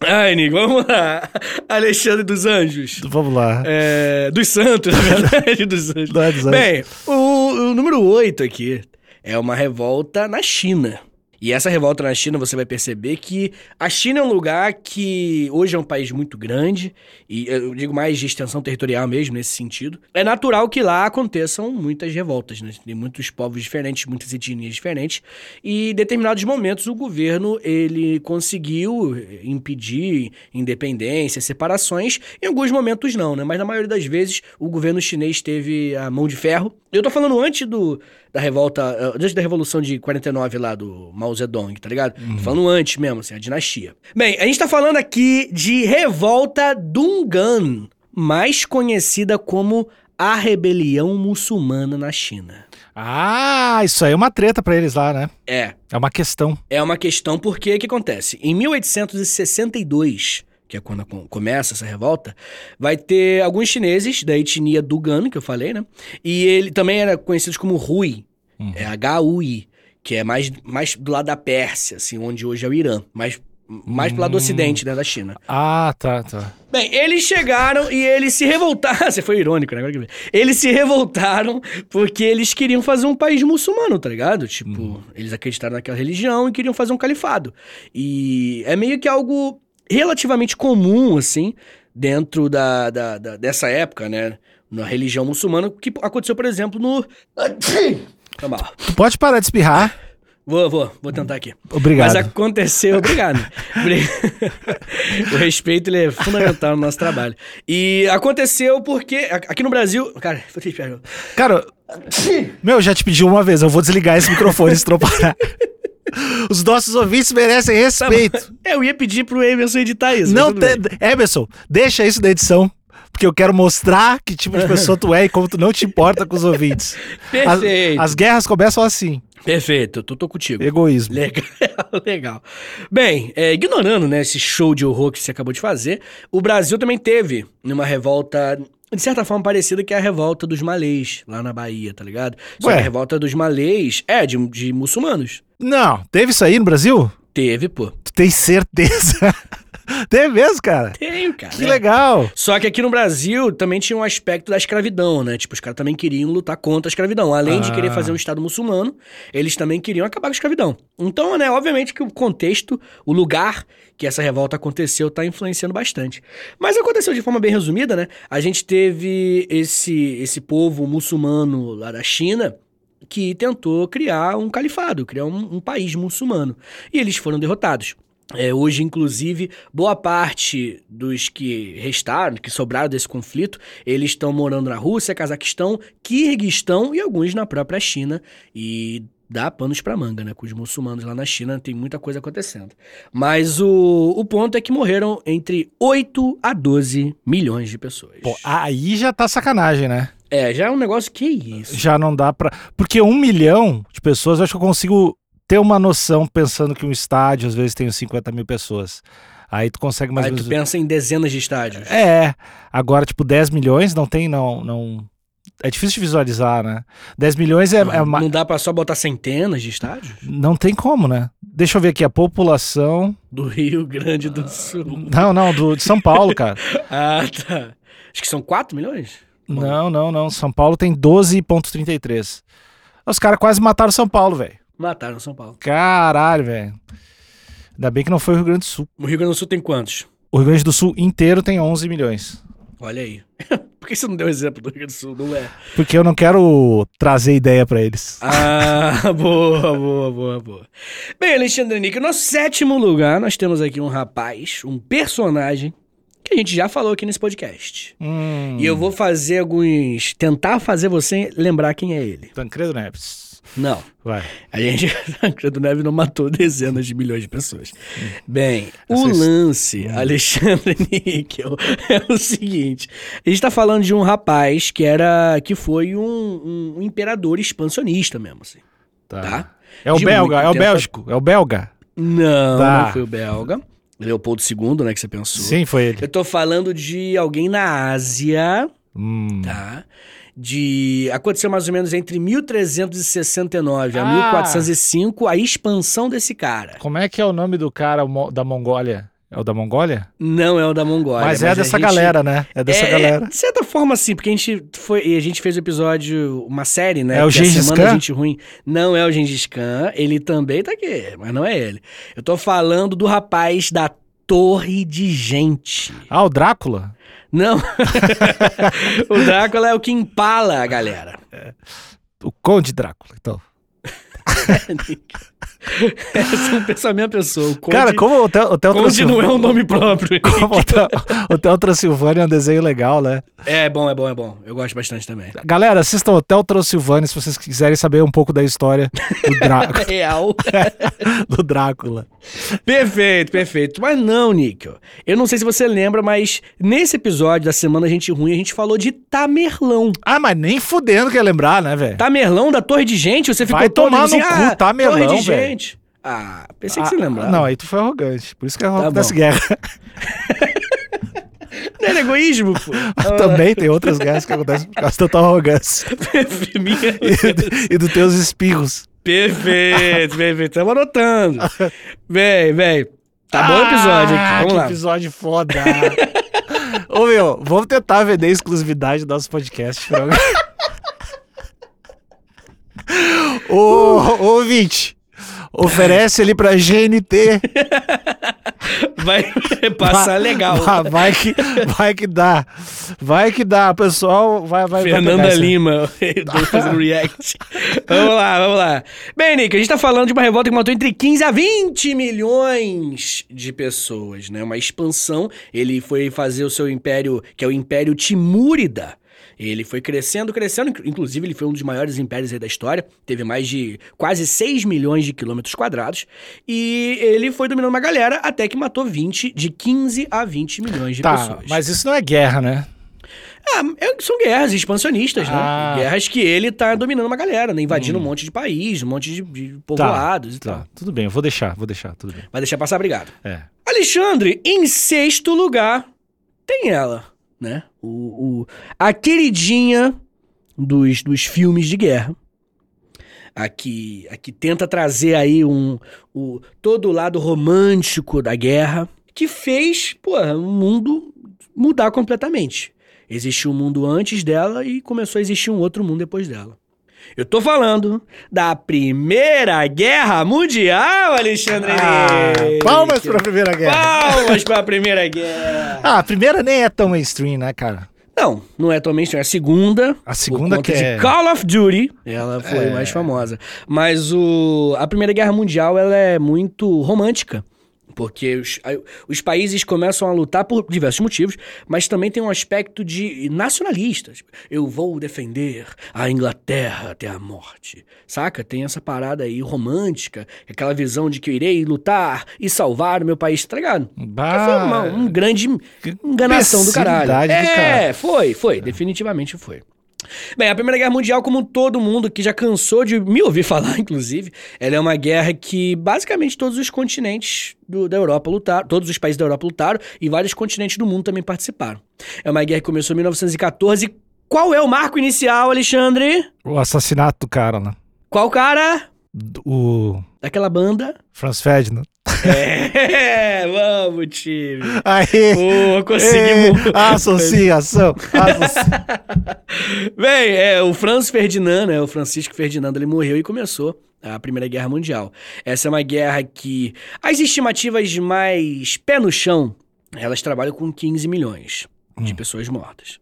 Speaker 3: Ai, Nico, vamos lá. Alexandre dos Anjos.
Speaker 2: Vamos lá.
Speaker 3: É, dos Santos, na verdade, dos Anjos.
Speaker 2: Não é dos Anjos.
Speaker 3: Bem, o, o número 8 aqui é uma revolta na China. E essa revolta na China, você vai perceber que a China é um lugar que hoje é um país muito grande, e eu digo mais de extensão territorial mesmo nesse sentido. É natural que lá aconteçam muitas revoltas, né? Tem muitos povos diferentes, muitas etnias diferentes, e em determinados momentos o governo ele conseguiu impedir independência, separações, em alguns momentos não, né? Mas na maioria das vezes o governo chinês teve a mão de ferro. Eu tô falando antes do da revolta, eh, antes da revolução de 49 lá do Mao Zedong, tá ligado? Tô falando antes mesmo, assim, a dinastia. Bem, a gente tá falando aqui de revolta Dungan, mais conhecida como a rebelião muçulmana na China.
Speaker 2: Ah, isso aí é uma treta pra eles lá, né?
Speaker 3: É,
Speaker 2: É uma questão.
Speaker 3: É uma questão porque o que acontece? Em 1862, que é quando com- começa essa revolta, vai ter alguns chineses da etnia Dugan, que eu falei, né? E ele também era conhecido como Hui,
Speaker 2: Uhum.
Speaker 3: é H-U-I, que é mais, mais do lado da Pérsia, assim, onde hoje é o Irã, mas mais pro lado do
Speaker 2: Hum.
Speaker 3: ocidente, né, da China.
Speaker 2: Ah, tá, tá.
Speaker 3: Bem, eles chegaram e eles se revoltaram. Você foi irônico, né? Agora que eu vi. Eles se revoltaram porque eles queriam fazer um país muçulmano, tá ligado? Tipo, eles acreditaram naquela religião e queriam fazer um califado. E é meio que algo relativamente comum, assim, dentro da, da- da- dessa época, né? Na religião muçulmana, que aconteceu, por exemplo, no. Tá mal.
Speaker 2: Tu pode parar de espirrar?
Speaker 3: Vou, vou, vou tentar aqui.
Speaker 2: Obrigado.
Speaker 3: Mas aconteceu, obrigado. Obri- o respeito ele é fundamental no nosso trabalho. E aconteceu porque a- aqui no Brasil, cara, vou te pegar.
Speaker 2: Cara, meu, eu já te pedi uma vez, eu vou desligar esse microfone se tu não parar. Os nossos ouvintes merecem respeito.
Speaker 3: Eu ia pedir pro Emerson editar isso. mas
Speaker 2: Não
Speaker 3: tudo bem.
Speaker 2: tem. Emerson, deixa isso na edição. Porque eu quero mostrar que tipo de pessoa tu é e como tu não te importa com os ouvintes. As,
Speaker 3: Perfeito.
Speaker 2: as guerras começam assim.
Speaker 3: Perfeito, eu tô, tô contigo.
Speaker 2: Egoísmo.
Speaker 3: Legal, legal. Bem, é, ignorando né, esse show de horror que você acabou de fazer, o Brasil também teve uma revolta, de certa forma, parecida que é a revolta dos malês, lá na Bahia, tá ligado? Só que
Speaker 2: Ué.
Speaker 3: a revolta dos malês é de, de muçulmanos.
Speaker 2: Não, teve isso aí no Brasil?
Speaker 3: Teve, pô.
Speaker 2: Tu tem certeza? Tem mesmo, cara?
Speaker 3: Tenho, cara.
Speaker 2: Que
Speaker 3: é.
Speaker 2: legal.
Speaker 3: Só que aqui no Brasil também tinha um aspecto da escravidão, né? Tipo, os caras também queriam lutar contra a escravidão. Além de
Speaker 2: Ah.
Speaker 3: querer fazer um Estado muçulmano, eles também queriam acabar com a escravidão. Então, né, obviamente que o contexto, o lugar que essa revolta aconteceu tá influenciando bastante. Mas aconteceu de forma bem resumida, né? A gente teve esse, esse povo muçulmano lá da China que tentou criar um califado, criar um- um país muçulmano. E eles foram derrotados. É, hoje, inclusive, boa parte dos que restaram, que sobraram desse conflito, eles estão morando na Rússia, Cazaquistão, Quirguistão e alguns na própria China. E dá panos pra manga, né? Com os muçulmanos lá na China tem muita coisa acontecendo. Mas o, o ponto é que morreram entre 8 a 12 milhões de pessoas.
Speaker 2: Pô, aí já tá sacanagem, né?
Speaker 3: É, já é um negócio que é isso.
Speaker 2: Já não dá pra. Porque um milhão de pessoas, eu acho que eu consigo ter uma noção pensando que um estádio às vezes tem uns 50 mil pessoas. Aí tu consegue mais
Speaker 3: Aí
Speaker 2: ou
Speaker 3: tu
Speaker 2: menos.
Speaker 3: pensa em dezenas de estádios.
Speaker 2: É, agora, tipo, 10 milhões não tem, não. não... É difícil de visualizar, né? 10 milhões é,
Speaker 3: não,
Speaker 2: é ma-
Speaker 3: não dá pra só botar centenas de estádios?
Speaker 2: Não tem como, né? Deixa eu ver aqui, a população.
Speaker 3: Do Rio Grande do Sul.
Speaker 2: Não, não, do, de São Paulo, cara.
Speaker 3: Ah, tá. Acho que são 4 milhões?
Speaker 2: Não, não, não. São Paulo tem 12,33. Os caras quase mataram São Paulo, velho.
Speaker 3: Mataram São Paulo.
Speaker 2: Caralho, velho. Ainda bem que não foi o Rio Grande do Sul.
Speaker 3: O Rio Grande do Sul tem quantos?
Speaker 2: O Rio Grande do Sul inteiro tem 11 milhões.
Speaker 3: Olha aí. Por que você não deu exemplo do Rio Grande do Sul? Não é.
Speaker 2: Porque eu não quero trazer ideia pra eles.
Speaker 3: Ah, boa, boa, boa, boa. Bem, Alexandre Nick, no sétimo lugar, nós temos aqui um rapaz, um personagem, que a gente já falou aqui nesse podcast.
Speaker 2: Hum,
Speaker 3: E eu vou fazer alguns. tentar fazer você lembrar quem é ele.
Speaker 2: Tancredo Neves.
Speaker 3: Não.
Speaker 2: Vai.
Speaker 3: A gente. Tancredo Neves não matou dezenas de milhões de pessoas. Bem, o
Speaker 2: Essa his- Hum.
Speaker 3: lance, Alexandre Níquel, é o seguinte: a gente tá falando de um rapaz que era. que foi um, um imperador expansionista mesmo, assim,
Speaker 2: Tá.
Speaker 3: tá?
Speaker 2: É o
Speaker 3: De
Speaker 2: belga,
Speaker 3: muito
Speaker 2: é o
Speaker 3: tempo-
Speaker 2: bélgico, é o belga.
Speaker 3: Não,
Speaker 2: Tá.
Speaker 3: não foi o belga. Leopoldo II, né, que você pensou.
Speaker 2: Sim, foi ele.
Speaker 3: Eu tô falando de alguém na Ásia,
Speaker 2: Hum.
Speaker 3: tá? De. Aconteceu mais ou menos entre 1369 a
Speaker 2: Ah.
Speaker 3: 1405 a expansão desse cara.
Speaker 2: Como é que é o nome do cara mo- da Mongólia? É o da Mongólia?
Speaker 3: Não é o da Mongólia.
Speaker 2: mas é
Speaker 3: a
Speaker 2: dessa
Speaker 3: gente-
Speaker 2: galera, né? É dessa
Speaker 3: É,
Speaker 2: galera.
Speaker 3: é, de certa forma, sim, porque a gente foi. e A gente fez o episódio, uma série, né?
Speaker 2: É o
Speaker 3: que
Speaker 2: Gengis
Speaker 3: semana
Speaker 2: Khan?
Speaker 3: gente ruim. Não é o Gengis Khan, ele também tá aqui, mas não é ele. Eu tô falando do rapaz da Torre de Gente.
Speaker 2: Ah, o Drácula?
Speaker 3: Não. o Drácula é o que empala a galera.
Speaker 2: O Conde Drácula, então.
Speaker 3: São pensa é a mesma pessoa. O Conde,
Speaker 2: cara, como o Hotel, Hotel
Speaker 3: Conde não é
Speaker 2: Transilvânia...
Speaker 3: um nome próprio.
Speaker 2: Como é o Hotel, Hotel Transilvânia é um desenho legal, né?
Speaker 3: É bom, é bom, é bom. Eu gosto bastante também.
Speaker 2: Galera, assistam Hotel Transilvânia se vocês quiserem saber um pouco da história do, Drá-
Speaker 3: Real.
Speaker 2: do Drácula.
Speaker 3: Perfeito, perfeito. Mas não, Níquel. Eu não sei se você lembra, mas nesse episódio da Semana Gente Ruim, a gente falou de Tamerlão.
Speaker 2: Ah, mas nem fudendo que ia lembrar, né, velho?
Speaker 3: Tamerlão da Torre de Gente, você ficou
Speaker 2: Vai
Speaker 3: todo
Speaker 2: tomar
Speaker 3: assim,
Speaker 2: no
Speaker 3: ah,
Speaker 2: cu, Tamerlão,
Speaker 3: Torre de
Speaker 2: velho."
Speaker 3: Gente. Ah, pensei que você lembrava.
Speaker 2: Não, é- aí tu foi arrogante. Por isso que é
Speaker 3: Tá
Speaker 2: tá dessa
Speaker 3: bom.
Speaker 2: guerra.
Speaker 3: Não era egoísmo, pô.
Speaker 2: Também tem outras guerras que acontecem por causa da tua arrogância. E
Speaker 3: Ah, Minha-
Speaker 2: do- e dos teus espirros.
Speaker 3: perfeito, perfeito. Estamos anotando. Vem, vem. Tá bom o episódio
Speaker 2: Ah,
Speaker 3: aqui, vamos
Speaker 2: que
Speaker 3: lá.
Speaker 2: episódio foda. Ô, meu, vamos tentar vender exclusividade do nosso podcast. pra alguém. Ô, ô, ouvinte, oferece ele pra GNT.
Speaker 3: Vai passar
Speaker 2: Vai-
Speaker 3: legal.
Speaker 2: Vai, Ah, vai que, vai que dá. Vai que dá, pessoal. Vai, vai, vai pegar
Speaker 3: Fernanda
Speaker 2: isso aí.
Speaker 3: Lima, eu tô fazendo react. vamos lá, vamos lá. Bem, Nick, a gente tá falando de uma revolta que matou entre 15 a 20 milhões de pessoas, né? Uma expansão. Ele foi fazer o seu império, que é o Império Timúrida. Ele foi crescendo, crescendo. Inclu- Inclusive, ele foi um dos maiores impérios aí da história. Teve mais de quase 6 milhões de quilômetros quadrados. E ele foi dominando uma galera até que matou 20, de 15 a 20 milhões de
Speaker 2: Tá,
Speaker 3: pessoas.
Speaker 2: mas isso não é guerra, né?
Speaker 3: Ah, é- são guerras expansionistas,
Speaker 2: Ah. Hum.
Speaker 3: né? Guerras que ele tá dominando uma galera, né? Invadindo um monte de país, um monte de, de povoados e
Speaker 2: Tá,
Speaker 3: tal.
Speaker 2: tudo bem, eu vou deixar, vou deixar, tudo bem.
Speaker 3: Vai deixar passar, obrigado.
Speaker 2: É.
Speaker 3: Alexandre, em sexto lugar, tem ela, né? O, o- a queridinha dos, dos filmes de guerra. A que, a que tenta trazer aí um, o, todo o lado romântico da guerra. que fez, pô, o mundo mudar completamente. Existiu um mundo antes dela e começou a existir um outro mundo depois dela. Eu tô falando da Primeira Guerra Mundial, Alexandre!
Speaker 2: Ah,
Speaker 3: Henrique.
Speaker 2: palmas pra Primeira
Speaker 3: É.
Speaker 2: Guerra.
Speaker 3: Palmas pra Primeira Guerra!
Speaker 2: Ah, a primeira nem é tão mainstream, né, cara?
Speaker 3: Não, não é também, é a segunda.
Speaker 2: A segunda
Speaker 3: por
Speaker 2: que
Speaker 3: conta
Speaker 2: é.
Speaker 3: de Call of Duty, É. ela foi mais famosa. Mas o, a Primeira Guerra Mundial ela é muito romântica. Porque os, aí os países começam a lutar por diversos motivos, mas também tem um aspecto de nacionalista. Tipo, Eu vou defender a Inglaterra até a morte. Saca? Tem essa parada aí romântica, aquela visão de que eu irei lutar e salvar o meu país, tá ligado? Que foi uma, um grande enganação do caralho.
Speaker 2: imbecilidade Ah, do
Speaker 3: é,
Speaker 2: caralho.
Speaker 3: foi, foi. Definitivamente foi. Bem, a Primeira Guerra Mundial, como todo mundo que já cansou de me ouvir falar, inclusive, ela é uma guerra que basicamente todos os continentes do- da Europa lutaram, todos os países da Europa lutaram e vários continentes do mundo também participaram. É uma guerra que começou em 1914. Qual é o marco inicial, Alexandre?
Speaker 2: O assassinato do cara, né?
Speaker 3: Qual cara?
Speaker 2: Do- O
Speaker 3: Daquela banda?
Speaker 2: Franz Ferdinand.
Speaker 3: É, vamos, time.
Speaker 2: Aí.
Speaker 3: Boa,
Speaker 2: Ei,
Speaker 3: conseguimos.
Speaker 2: associação. associa-
Speaker 3: Bem, é, o Franz Ferdinand, né, o Francisco Ferdinando, ele morreu e começou a Primeira Guerra Mundial. Essa é uma guerra que as estimativas mais pé no chão, elas trabalham com 15 milhões de pessoas mortas.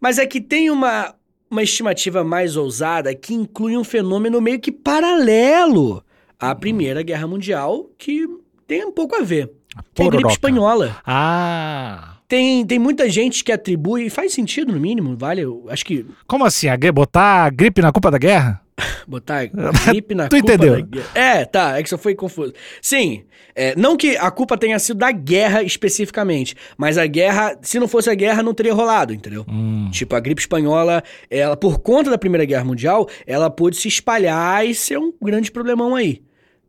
Speaker 3: Mas é que tem uma, uma estimativa mais ousada que inclui um fenômeno meio que paralelo à Primeira Guerra Mundial, que tem um pouco a ver. Que é a gripe
Speaker 2: Pororoca.
Speaker 3: espanhola.
Speaker 2: Ah.
Speaker 3: Tem, tem muita gente que atribui, e faz sentido no mínimo, vale? Eu acho que
Speaker 2: Como assim? A gri- botar a gripe na culpa da guerra?
Speaker 3: Botar gripe na
Speaker 2: Tu
Speaker 3: culpa
Speaker 2: entendeu.
Speaker 3: da guerra. É, tá, é que só foi confuso. Sim, é, não que a culpa tenha sido da guerra especificamente, mas a guerra, se não fosse a guerra, não teria rolado, entendeu?
Speaker 2: Hum.
Speaker 3: Tipo, a gripe espanhola, ela, por conta da Primeira Guerra Mundial, ela pôde se espalhar e ser um grande problemão aí.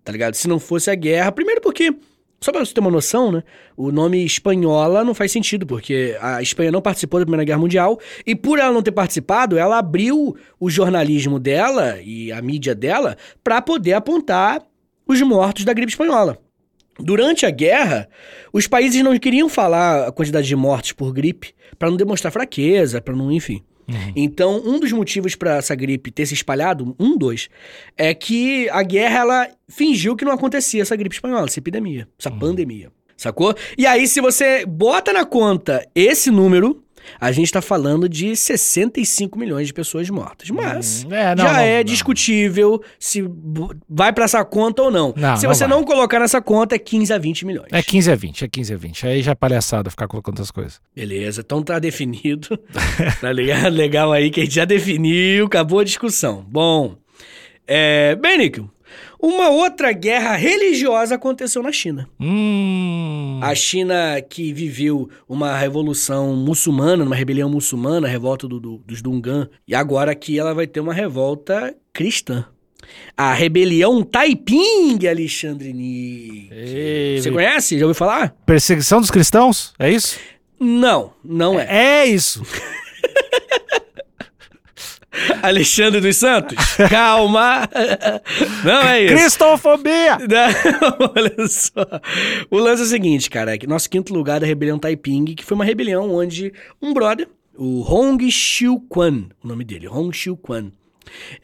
Speaker 3: Tá ligado? Se não fosse a guerra, primeiro porque. Só pra você ter uma noção, né? O nome espanhola não faz sentido, porque a Espanha não participou da Primeira Guerra Mundial, e por ela não ter participado, ela abriu o jornalismo dela e a mídia dela pra poder apontar os mortos da gripe espanhola. Durante a guerra, os países não queriam falar a quantidade de mortes por gripe pra não demonstrar fraqueza, pra não, enfim.
Speaker 2: Uhum.
Speaker 3: Então, um dos motivos pra essa gripe ter se espalhado, um, dois, é que a guerra ela fingiu que não acontecia essa gripe espanhola, essa epidemia, essa
Speaker 2: Uhum.
Speaker 3: pandemia, sacou? E aí, se você bota na conta esse número, a gente tá falando de 65 milhões de pessoas mortas. Mas
Speaker 2: Hum, é, não,
Speaker 3: já
Speaker 2: não,
Speaker 3: é
Speaker 2: não.
Speaker 3: discutível se bo- vai pra essa conta ou não.
Speaker 2: Não,
Speaker 3: se
Speaker 2: não
Speaker 3: você
Speaker 2: vai.
Speaker 3: não colocar nessa conta, é 15 a 20 milhões.
Speaker 2: É 15 a 20, é 15 a 20. Aí já é palhaçada ficar colocando as coisas.
Speaker 3: Beleza, então tá definido. tá ligado? Legal aí que a gente já definiu, acabou a discussão. Bom, é... bem, Níquel, uma outra guerra religiosa aconteceu na China.
Speaker 2: Hum.
Speaker 3: A China que viveu uma revolução muçulmana, uma rebelião muçulmana, a revolta do- do- dos Dungan, e agora aqui ela vai ter uma revolta cristã. A rebelião Taiping, Alexandre Nick.
Speaker 2: Ei,
Speaker 3: Você conhece? Já ouviu falar?
Speaker 2: Perseguição dos cristãos? É isso?
Speaker 3: Não, não é.
Speaker 2: É isso.
Speaker 3: Alexandre dos Santos, calma. Não é isso.
Speaker 2: Cristofobia!
Speaker 3: Não, olha só. O lance é o seguinte, cara. é que Nosso quinto lugar é da rebelião Taiping, que foi uma rebelião onde um brother, o Hong Xiu Quan, o nome dele, Hong Xiu Quan,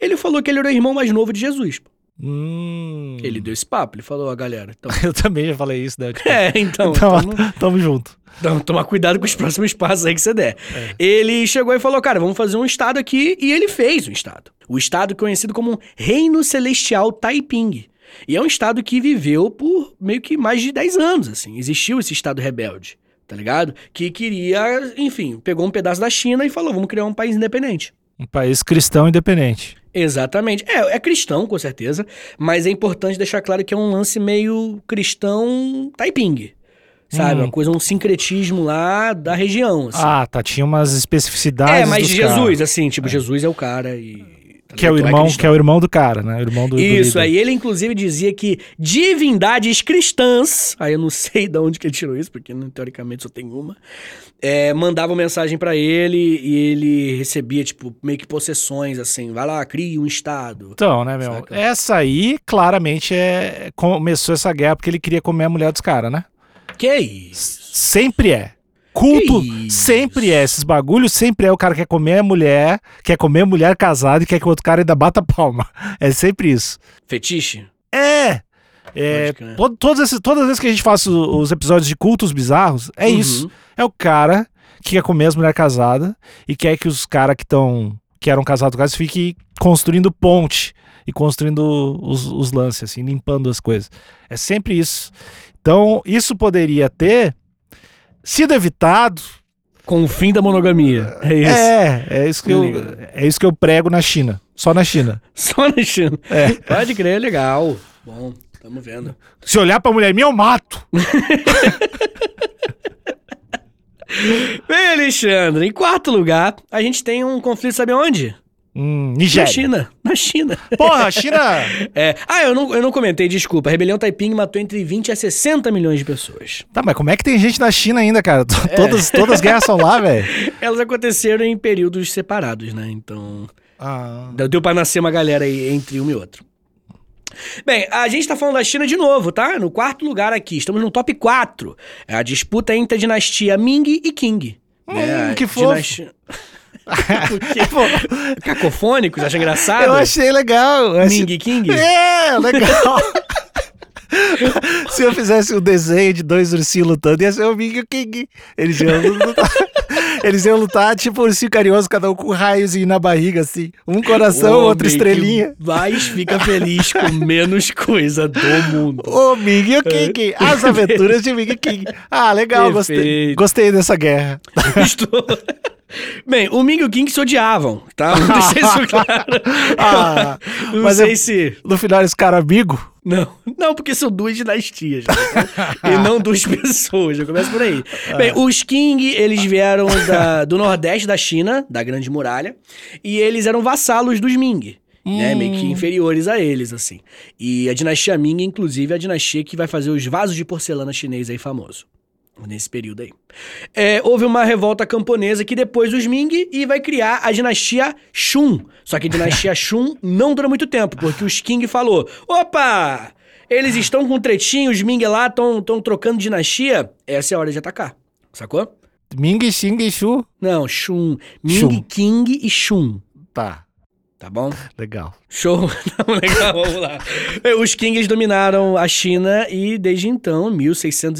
Speaker 3: ele falou que ele era o irmão mais novo de Jesus.
Speaker 2: Hum.
Speaker 3: Ele deu esse papo, ele falou, a galera, então...
Speaker 2: Eu também já falei isso, né? Tipo,
Speaker 3: É, então...
Speaker 2: tamo,
Speaker 3: então não-
Speaker 2: tamo junto.
Speaker 3: Então, tomar cuidado com os próximos passos aí que você der. Ele chegou e falou, cara, vamos fazer um estado aqui, e ele fez um estado. O estado conhecido como Reino Celestial Taiping. E é um estado que viveu por meio que mais de 10 anos, assim. Existiu esse estado rebelde, tá ligado? Que queria, enfim, pegou um pedaço da China e falou, vamos criar um país independente.
Speaker 2: Um país cristão independente.
Speaker 3: Exatamente. É, é cristão, com certeza, mas é importante deixar claro que é um lance meio cristão taiping. Sabe?
Speaker 2: Hum.
Speaker 3: Uma coisa, um sincretismo lá da região. Assim.
Speaker 2: Ah, tá. Tinha umas especificidades.
Speaker 3: é, mas
Speaker 2: dos
Speaker 3: Jesus,
Speaker 2: caras.
Speaker 3: assim, tipo, Jesus é o cara e.
Speaker 2: Que é o
Speaker 3: Então
Speaker 2: irmão,
Speaker 3: cristão.
Speaker 2: que é o irmão do cara, né? O irmão do do
Speaker 3: Isso,
Speaker 2: líder.
Speaker 3: aí ele inclusive dizia que divindades cristãs, aí eu não sei de onde que ele tirou isso, porque né, teoricamente só tem uma, é, mandavam mensagem pra ele e ele recebia, tipo, meio que possessões, assim, vai lá, cria um estado.
Speaker 2: Então, né, meu?
Speaker 3: Saca?
Speaker 2: Essa aí, claramente, é... começou essa guerra porque ele queria comer a mulher dos caras, né?
Speaker 3: Que isso?
Speaker 2: Sempre é. Culto
Speaker 3: Que isso.
Speaker 2: sempre é. Esses bagulhos sempre é. O cara quer comer a mulher, quer comer a mulher casada e quer que o outro cara ainda bata palma. É sempre isso.
Speaker 3: Fetiche?
Speaker 2: É! É,
Speaker 3: Pode crer.
Speaker 2: todo- todos esses- todas as vezes que a gente faz o- os episódios de cultos bizarros, é
Speaker 3: Uhum.
Speaker 2: isso. É o cara que quer comer as mulheres casadas e quer que os caras que estão. que eram casados com elas fiquem construindo ponte e construindo os, os lances, assim, limpando as coisas. É sempre isso. Então, isso poderia ter sido evitado.
Speaker 3: Com o fim da monogamia. É isso. né?
Speaker 2: É, é isso que eu, é isso que eu prego na China. Só na China.
Speaker 3: Só na China.
Speaker 2: É.
Speaker 3: Pode crer, legal. Bom, tamo vendo.
Speaker 2: Se olhar pra mulher minha, eu mato.
Speaker 3: Bem, Alexandre, em quarto lugar, a gente tem um conflito, sabe onde?
Speaker 2: Hum,
Speaker 3: Na
Speaker 2: Nigéria.
Speaker 3: China. Na China.
Speaker 2: Porra, China.
Speaker 3: É. Ah, eu não, eu não comentei, desculpa. A rebelião Taiping matou entre 20 a 60 milhões de pessoas.
Speaker 2: Tá, mas como é que tem gente na China ainda, cara? T- Todas, todas as guerras são lá, velho.
Speaker 3: Elas aconteceram em períodos separados, né? Então.
Speaker 2: Ah.
Speaker 3: Deu deu pra nascer uma galera aí entre um e outro. Bem, a gente tá falando da China de novo, tá? No quarto lugar aqui, estamos no top 4. É a disputa entre a dinastia Ming e Qing. né?
Speaker 2: Hum,
Speaker 3: a
Speaker 2: que fofo.
Speaker 3: dinastia- Cacofônicos, acha engraçado?
Speaker 2: Eu achei legal. eu achei-
Speaker 3: Ming e Qing?
Speaker 2: É, legal. Se eu fizesse um desenho de dois ursinhos lutando, ia ser o Ming e o King. Eles iam lutar. Eles iam lutar tipo ursinho carinhoso, cada um com um raiozinho na barriga, assim. Um coração,
Speaker 3: Homem
Speaker 2: outra estrelinha.
Speaker 3: Que mais fica feliz com menos coisa do mundo.
Speaker 2: O Ming e o King. As aventuras de Ming e King. Ah, legal, gostei.
Speaker 3: Perfeito.
Speaker 2: Gostei dessa guerra.
Speaker 3: Estou- Bem, o Ming e o Qing se odiavam, tá? Não sei isso claro.
Speaker 2: Ah,
Speaker 3: Não
Speaker 2: mas
Speaker 3: sei
Speaker 2: eu-
Speaker 3: se...
Speaker 2: No final, esse cara amigo.
Speaker 3: Não, não, porque são duas dinastias. né? e não duas pessoas, já começa por aí. Bem, os Qing, eles vieram da- do nordeste da China, da Grande Muralha, e eles eram vassalos dos Ming. Né, meio que inferiores a eles, assim. E a dinastia Ming, inclusive, é a dinastia que vai fazer os vasos de porcelana chinês aí famoso. Nesse período aí. É, houve uma revolta camponesa que depois os Ming e vai criar a dinastia Shun. Só que a dinastia Shun não dura muito tempo, porque os Qing falou: opa! Eles estão com tretinho, os Ming lá estão trocando dinastia. Essa é a hora de atacar. Sacou?
Speaker 2: Ming, Xing e Shu.
Speaker 3: Não, Shun. Ming,
Speaker 2: Shun.
Speaker 3: Qing e Shun.
Speaker 2: Tá,
Speaker 3: Tá bom?
Speaker 2: legal.
Speaker 3: Show. Não, legal, vamos lá. Bem, Os Qings dominaram a China e desde então,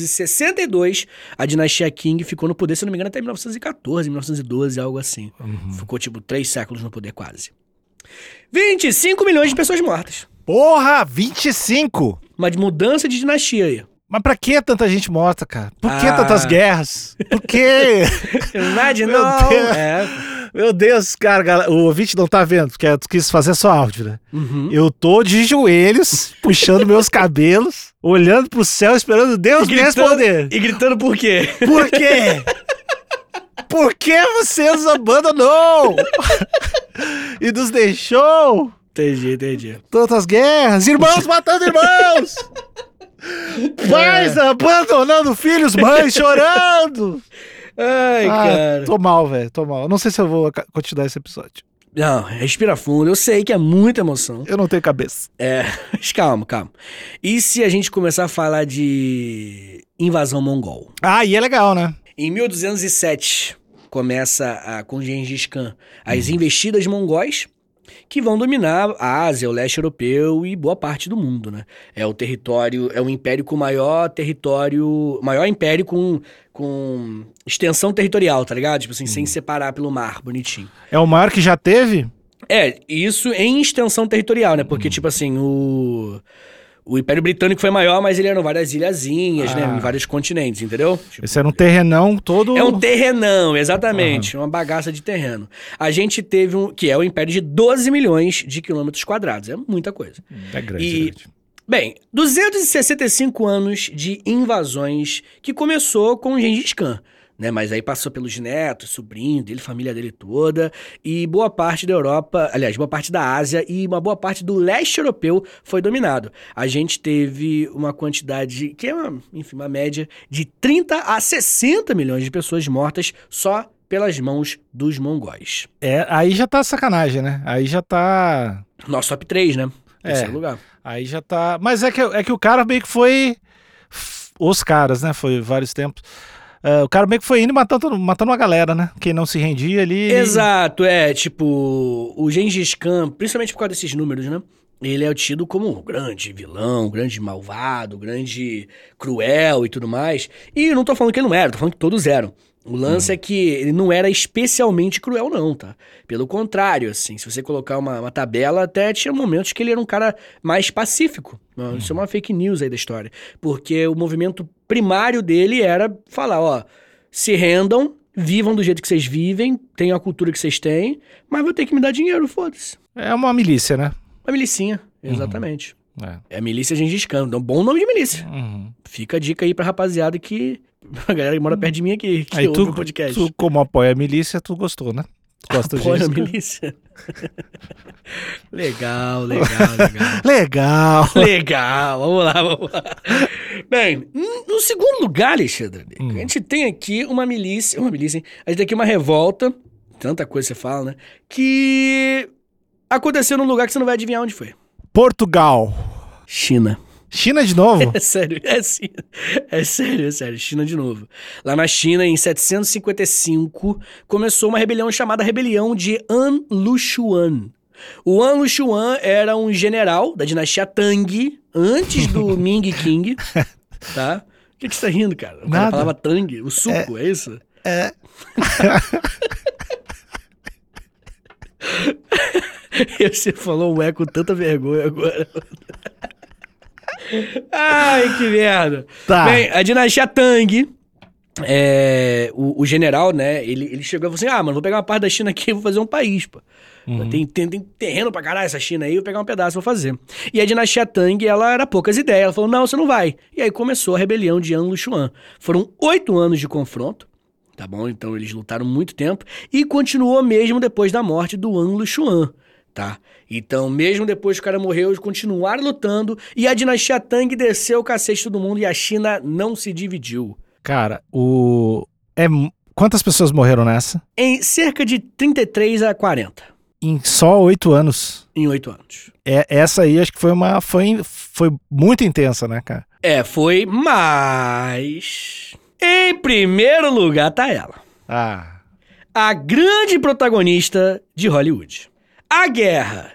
Speaker 3: 1662, a dinastia Qing ficou no poder, se eu não me engano, até 1914, 1912, algo assim.
Speaker 2: Uhum.
Speaker 3: Ficou tipo três séculos no poder quase. 25 milhões de pessoas mortas.
Speaker 2: Porra, 25!
Speaker 3: Uma mudança de dinastia aí.
Speaker 2: Mas pra que tanta gente morta, cara? Por que
Speaker 3: Ah.
Speaker 2: tantas guerras? Por que?
Speaker 3: Verdade,
Speaker 2: Meu
Speaker 3: não.
Speaker 2: Deus.
Speaker 3: É.
Speaker 2: Meu Deus, cara, galera, o ouvinte não tá vendo, porque eu quis fazer só áudio, né?
Speaker 3: Uhum.
Speaker 2: Eu tô de joelhos, puxando meus cabelos, olhando pro céu, esperando Deus me
Speaker 3: Gritando-
Speaker 2: responder.
Speaker 3: E gritando por quê?
Speaker 2: Por quê? Por que você nos abandonou? e nos deixou?
Speaker 3: Entendi, entendi.
Speaker 2: tantas guerras, irmãos matando irmãos,
Speaker 3: É.
Speaker 2: pais abandonando filhos, mães chorando.
Speaker 3: Ai,
Speaker 2: Ah,
Speaker 3: cara.
Speaker 2: tô mal, velho, tô mal. Não sei se eu vou ca- continuar esse episódio.
Speaker 3: Não, respira fundo. Eu sei que é muita emoção.
Speaker 2: Eu não tenho cabeça.
Speaker 3: É, mas calma, calma. E se a gente começar a falar de invasão mongol?
Speaker 2: Ah, e é legal, né?
Speaker 3: Em 1207 começa a, com Gengis Khan as investidas mongóis que vão dominar a Ásia, o leste europeu e boa parte do mundo, né? É o território, é o império com maior território, maior império com, com extensão territorial, tá ligado? Tipo assim, sem separar pelo mar, bonitinho.
Speaker 2: É o maior que já teve?
Speaker 3: É, isso em extensão territorial, né? Porque, tipo assim, o. O Império Britânico foi maior, mas ele eram várias ilhazinhas, né?
Speaker 2: Ah.
Speaker 3: Em vários continentes, entendeu? Tipo,
Speaker 2: Esse era um terrenão todo.
Speaker 3: É um terrenão, exatamente. Uma bagaça de terreno. A gente teve um. que é o império de 12 milhões de quilômetros quadrados. É muita coisa.
Speaker 2: É grande,
Speaker 3: E- Bem, 265 anos de invasões que começou com Gengis Khan, né? Mas aí passou pelos netos, sobrinho dele, família dele toda, e boa parte da Europa, aliás, boa parte da Ásia e uma boa parte do leste europeu foi dominado. A gente teve uma quantidade, que é uma, enfim, uma média de 30 a 60 milhões de pessoas mortas só pelas mãos dos mongóis.
Speaker 2: É, aí já tá sacanagem, né? Aí já tá.
Speaker 3: Nosso top 3, né?
Speaker 2: É.
Speaker 3: Terceiro lugar.
Speaker 2: Aí já tá. Mas é que, é que o cara meio que foi. f- os caras, né? Foi vários tempos. Ah, o cara meio que foi indo e matando, matando uma galera, né? Quem não se rendia ali. ele-
Speaker 3: Exato, é, tipo, o Gengis Khan, principalmente por causa desses números, né? Ele é tido como um grande vilão, um grande malvado, um grande cruel e tudo mais. E não tô falando que ele não era, tô falando que todos eram. O lance é que ele não era especialmente cruel, não, tá? Pelo contrário, assim, se você colocar uma, uma tabela, até tinha momentos que ele era um cara mais pacífico.
Speaker 2: Uhum.
Speaker 3: Não, Isso é uma fake news aí da história. Porque o movimento primário dele era falar, ó, se rendam, vivam do jeito que vocês vivem, tenham a cultura que vocês têm, mas vou ter que me dar dinheiro, foda-se.
Speaker 2: É uma milícia, né? Uhum.
Speaker 3: A milicinha, exatamente.
Speaker 2: É.
Speaker 3: É a milícia Gengis Khan, dá um bom nome de milícia.
Speaker 2: Uhum.
Speaker 3: Fica a dica aí pra rapaziada que... A galera que mora perto de mim aqui, que
Speaker 2: Aí
Speaker 3: ouve
Speaker 2: tu,
Speaker 3: o podcast.
Speaker 2: tu, como apoia a milícia, tu gostou, né? Tu Gosta
Speaker 3: Apoia a
Speaker 2: disso.
Speaker 3: milícia. legal, legal, legal.
Speaker 2: Legal!
Speaker 3: Legal, vamos lá, vamos lá. Bem, n- no segundo lugar, Alexandre,
Speaker 2: Hum.
Speaker 3: a gente tem aqui uma milícia, uma milícia, hein? a gente tem aqui uma revolta, tanta coisa que você fala, né? Que aconteceu num lugar que você não vai adivinhar onde foi.
Speaker 2: Portugal.
Speaker 3: China.
Speaker 2: China de novo?
Speaker 3: É sério, é, sim. é sério, é sério. China de novo. Lá na China, em 755, começou uma rebelião chamada Rebelião de An Lushuan. O An Lushuan era um general da dinastia Tang, antes do Ming Qing, tá? O que, que você tá rindo, cara? O cara
Speaker 2: Nada.
Speaker 3: falava Tang, o suco, é, isso?
Speaker 2: É.
Speaker 3: Você falou um eco com tanta vergonha agora. Ai, que merda.
Speaker 2: Tá.
Speaker 3: Bem, a dinastia Tang, é, o, o general, né, ele, ele chegou e falou assim, ah, mano, vou pegar uma parte da China aqui e vou fazer um país, pô. Tem, tem, tem terreno pra caralho essa China aí, vou pegar um pedaço, vou fazer. E a dinastia Tang, ela era poucas ideias, ela falou, não, você não vai. E aí começou a rebelião de Yan Lushuan. Foram oito anos de confronto, tá bom? Então eles lutaram muito tempo e continuou mesmo depois da morte do Yan Lushuan. Tá? Então, mesmo depois que o cara morreu, eles continuaram lutando e a dinastia Tang desceu o cacete todo mundo e a China não se dividiu.
Speaker 2: Cara, o. É... mu- Quantas pessoas morreram nessa?
Speaker 3: Em cerca de 33 a 40,
Speaker 2: Em só oito anos.
Speaker 3: em oito anos.
Speaker 2: É, essa aí acho que foi uma. Foi, foi muito intensa, né, cara?
Speaker 3: É, foi, mas. Em primeiro lugar tá ela.
Speaker 2: Ah.
Speaker 3: A grande protagonista de Hollywood. A guerra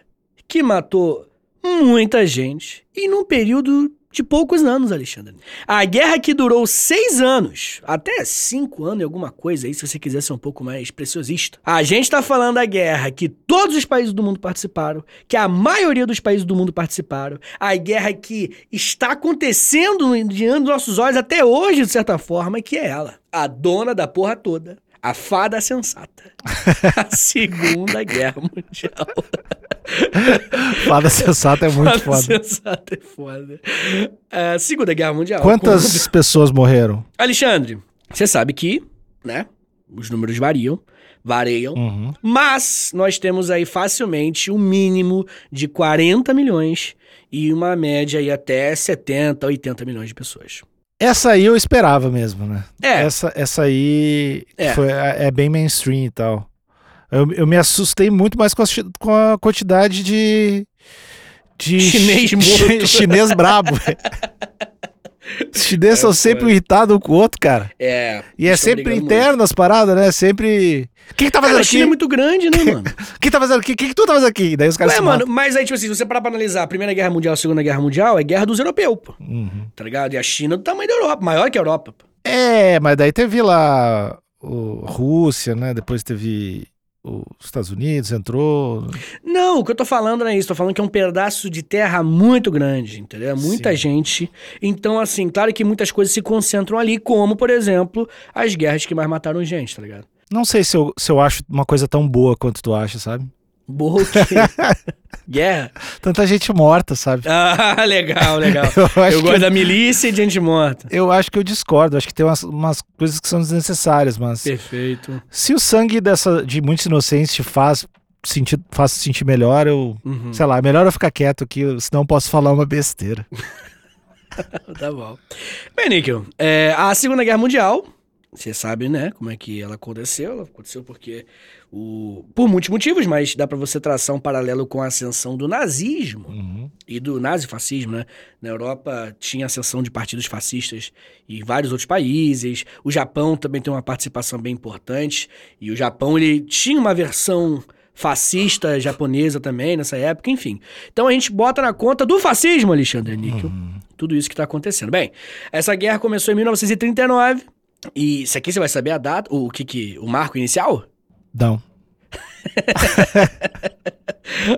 Speaker 3: que matou muita gente e num período de poucos anos, Alexandre. A guerra que durou seis anos, até cinco anos e alguma coisa aí, se você quiser ser um pouco mais preciosista. A gente tá falando da guerra que todos os países do mundo participaram, que a maioria dos países do mundo participaram, a guerra que está acontecendo diante dos nossos olhos até hoje, de certa forma, que é ela, a dona da porra toda. A fada sensata. A Segunda Guerra Mundial.
Speaker 2: Fada sensata é muito
Speaker 3: Fada
Speaker 2: foda.
Speaker 3: Sensata é foda. É, Segunda Guerra Mundial.
Speaker 2: Quantas pessoas morreram?
Speaker 3: Com- Alexandre, você sabe que, né? Os números variam, variam.
Speaker 2: Uhum.
Speaker 3: Mas nós temos aí facilmente um mínimo de 40 milhões e uma média aí até 70, 80 milhões de pessoas.
Speaker 2: Essa aí eu esperava mesmo, né?
Speaker 3: É.
Speaker 2: Essa, essa aí
Speaker 3: É.
Speaker 2: foi- é bem mainstream e tal. Eu, eu me assustei muito mais com a, chi- com a quantidade de. de
Speaker 3: Chinês
Speaker 2: chi-
Speaker 3: morto.
Speaker 2: chinês brabo. Os chineses
Speaker 3: É,
Speaker 2: são sempre
Speaker 3: foi.
Speaker 2: um irritado um com o outro, cara.
Speaker 3: É.
Speaker 2: E é
Speaker 3: eles tão
Speaker 2: sempre
Speaker 3: brigando
Speaker 2: interno as paradas, né? Sempre. Quem que tá
Speaker 3: Muito.
Speaker 2: fazendo
Speaker 3: Cara, a China é
Speaker 2: aqui?
Speaker 3: muito grande, né, mano?
Speaker 2: Quem tá fazendo aqui? Quem que tu tá fazendo aqui? Daí os caras
Speaker 3: Ué,
Speaker 2: se
Speaker 3: mano, mas aí, tipo assim, se você parar pra analisar a Primeira Guerra Mundial, a Segunda Guerra Mundial, é guerra dos europeus, pô.
Speaker 2: matam. Uhum.
Speaker 3: Tá ligado? E a China é do tamanho da Europa, maior que a Europa, pô.
Speaker 2: É, mas daí teve lá o Rússia, né? Depois teve os Estados Unidos, entrou.
Speaker 3: Não, o que eu tô falando não é isso. Tô falando que é um pedaço de terra muito grande, entendeu? É Muita
Speaker 2: Sim.
Speaker 3: gente. Então, assim, claro que muitas coisas se concentram ali, como, por exemplo, as guerras que mais mataram gente, tá ligado?
Speaker 2: Não sei se eu, se eu acho uma coisa tão boa quanto tu acha, sabe?
Speaker 3: Boa o quê? Guerra?
Speaker 2: Tanta gente morta, sabe?
Speaker 3: Ah, legal, legal.
Speaker 2: Eu acho,
Speaker 3: Eu
Speaker 2: que,
Speaker 3: gosto da milícia e de gente morta.
Speaker 2: eu acho que eu discordo. Acho que tem umas, umas coisas que são desnecessárias, mas.
Speaker 3: Perfeito.
Speaker 2: Se o sangue dessa, de muitos inocentes te faz sentir, faz sentir melhor, eu.
Speaker 3: Uhum.
Speaker 2: Sei lá, é melhor eu ficar quieto aqui, senão eu posso falar uma besteira.
Speaker 3: Tá bom. Bem, Níquel, é, a Segunda Guerra Mundial Você sabe, né, como é que ela aconteceu. Ela aconteceu porque, o... por muitos motivos, mas dá pra você traçar um paralelo com a ascensão do nazismo
Speaker 1: Uhum.
Speaker 3: e do nazifascismo, né? Na Europa tinha ascensão de partidos fascistas em vários outros países. O Japão também tem uma participação bem importante. E o Japão, ele tinha uma versão fascista japonesa também nessa época, enfim. Então a gente bota na conta do fascismo, Alexandre Níquel, tudo isso que tá acontecendo. Bem, essa guerra começou em 1939. E isso aqui você vai saber a data, o que que, o marco inicial?
Speaker 2: Não.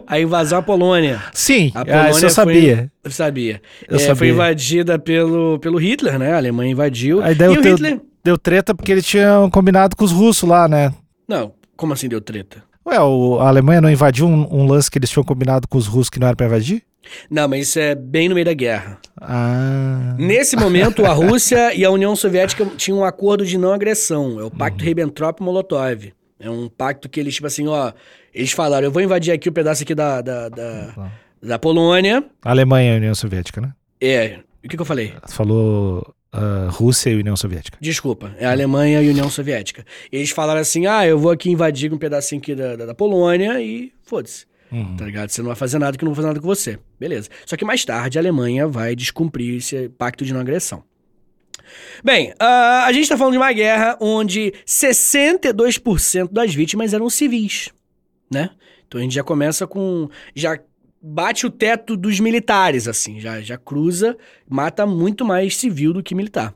Speaker 3: A invasão à Polônia.
Speaker 2: Sim,
Speaker 3: A
Speaker 2: ah, isso
Speaker 3: Polônia
Speaker 2: eu sabia.
Speaker 3: Eu sabia.
Speaker 2: Eu
Speaker 3: É, Foi
Speaker 2: sabia.
Speaker 3: invadida pelo, pelo Hitler, né? A Alemanha invadiu.
Speaker 2: Aí daí
Speaker 3: e
Speaker 2: eu
Speaker 3: o
Speaker 2: tenho-
Speaker 3: Hitler.
Speaker 2: Deu treta porque eles tinham combinado com os russos lá, né?
Speaker 3: Não, como assim deu treta?
Speaker 2: Ué, o- a Alemanha não invadiu um, um lance que eles tinham combinado com os russos que não era pra invadir?
Speaker 3: Não, mas isso é bem no meio da guerra.
Speaker 2: Ah.
Speaker 3: Nesse momento, a Rússia e a União Soviética tinham um acordo de não agressão. É o Pacto Ribbentrop-Molotov. É um pacto que eles, tipo assim, ó... Eles falaram, eu vou invadir aqui o pedaço aqui da, da, da,
Speaker 2: Tá.
Speaker 3: da Polônia.
Speaker 2: Alemanha e União Soviética, né?
Speaker 3: É, o que que eu falei?
Speaker 2: Tu falou ah, Rússia e União Soviética.
Speaker 3: Desculpa, é a Alemanha e União Soviética. Eles falaram assim: ah, eu vou aqui invadir um pedacinho aqui da, da, da Polônia e foda-se.
Speaker 2: Uhum.
Speaker 3: Tá ligado? Você não vai fazer nada que eu não vou fazer nada com você. Beleza. Só que mais tarde a Alemanha vai descumprir esse pacto de não agressão. Bem, ah, a gente tá falando de uma guerra onde 62% das vítimas eram civis, né? Então a gente já começa com. Já bate o teto dos militares, assim. Já, já cruza, mata muito mais civil do que militar.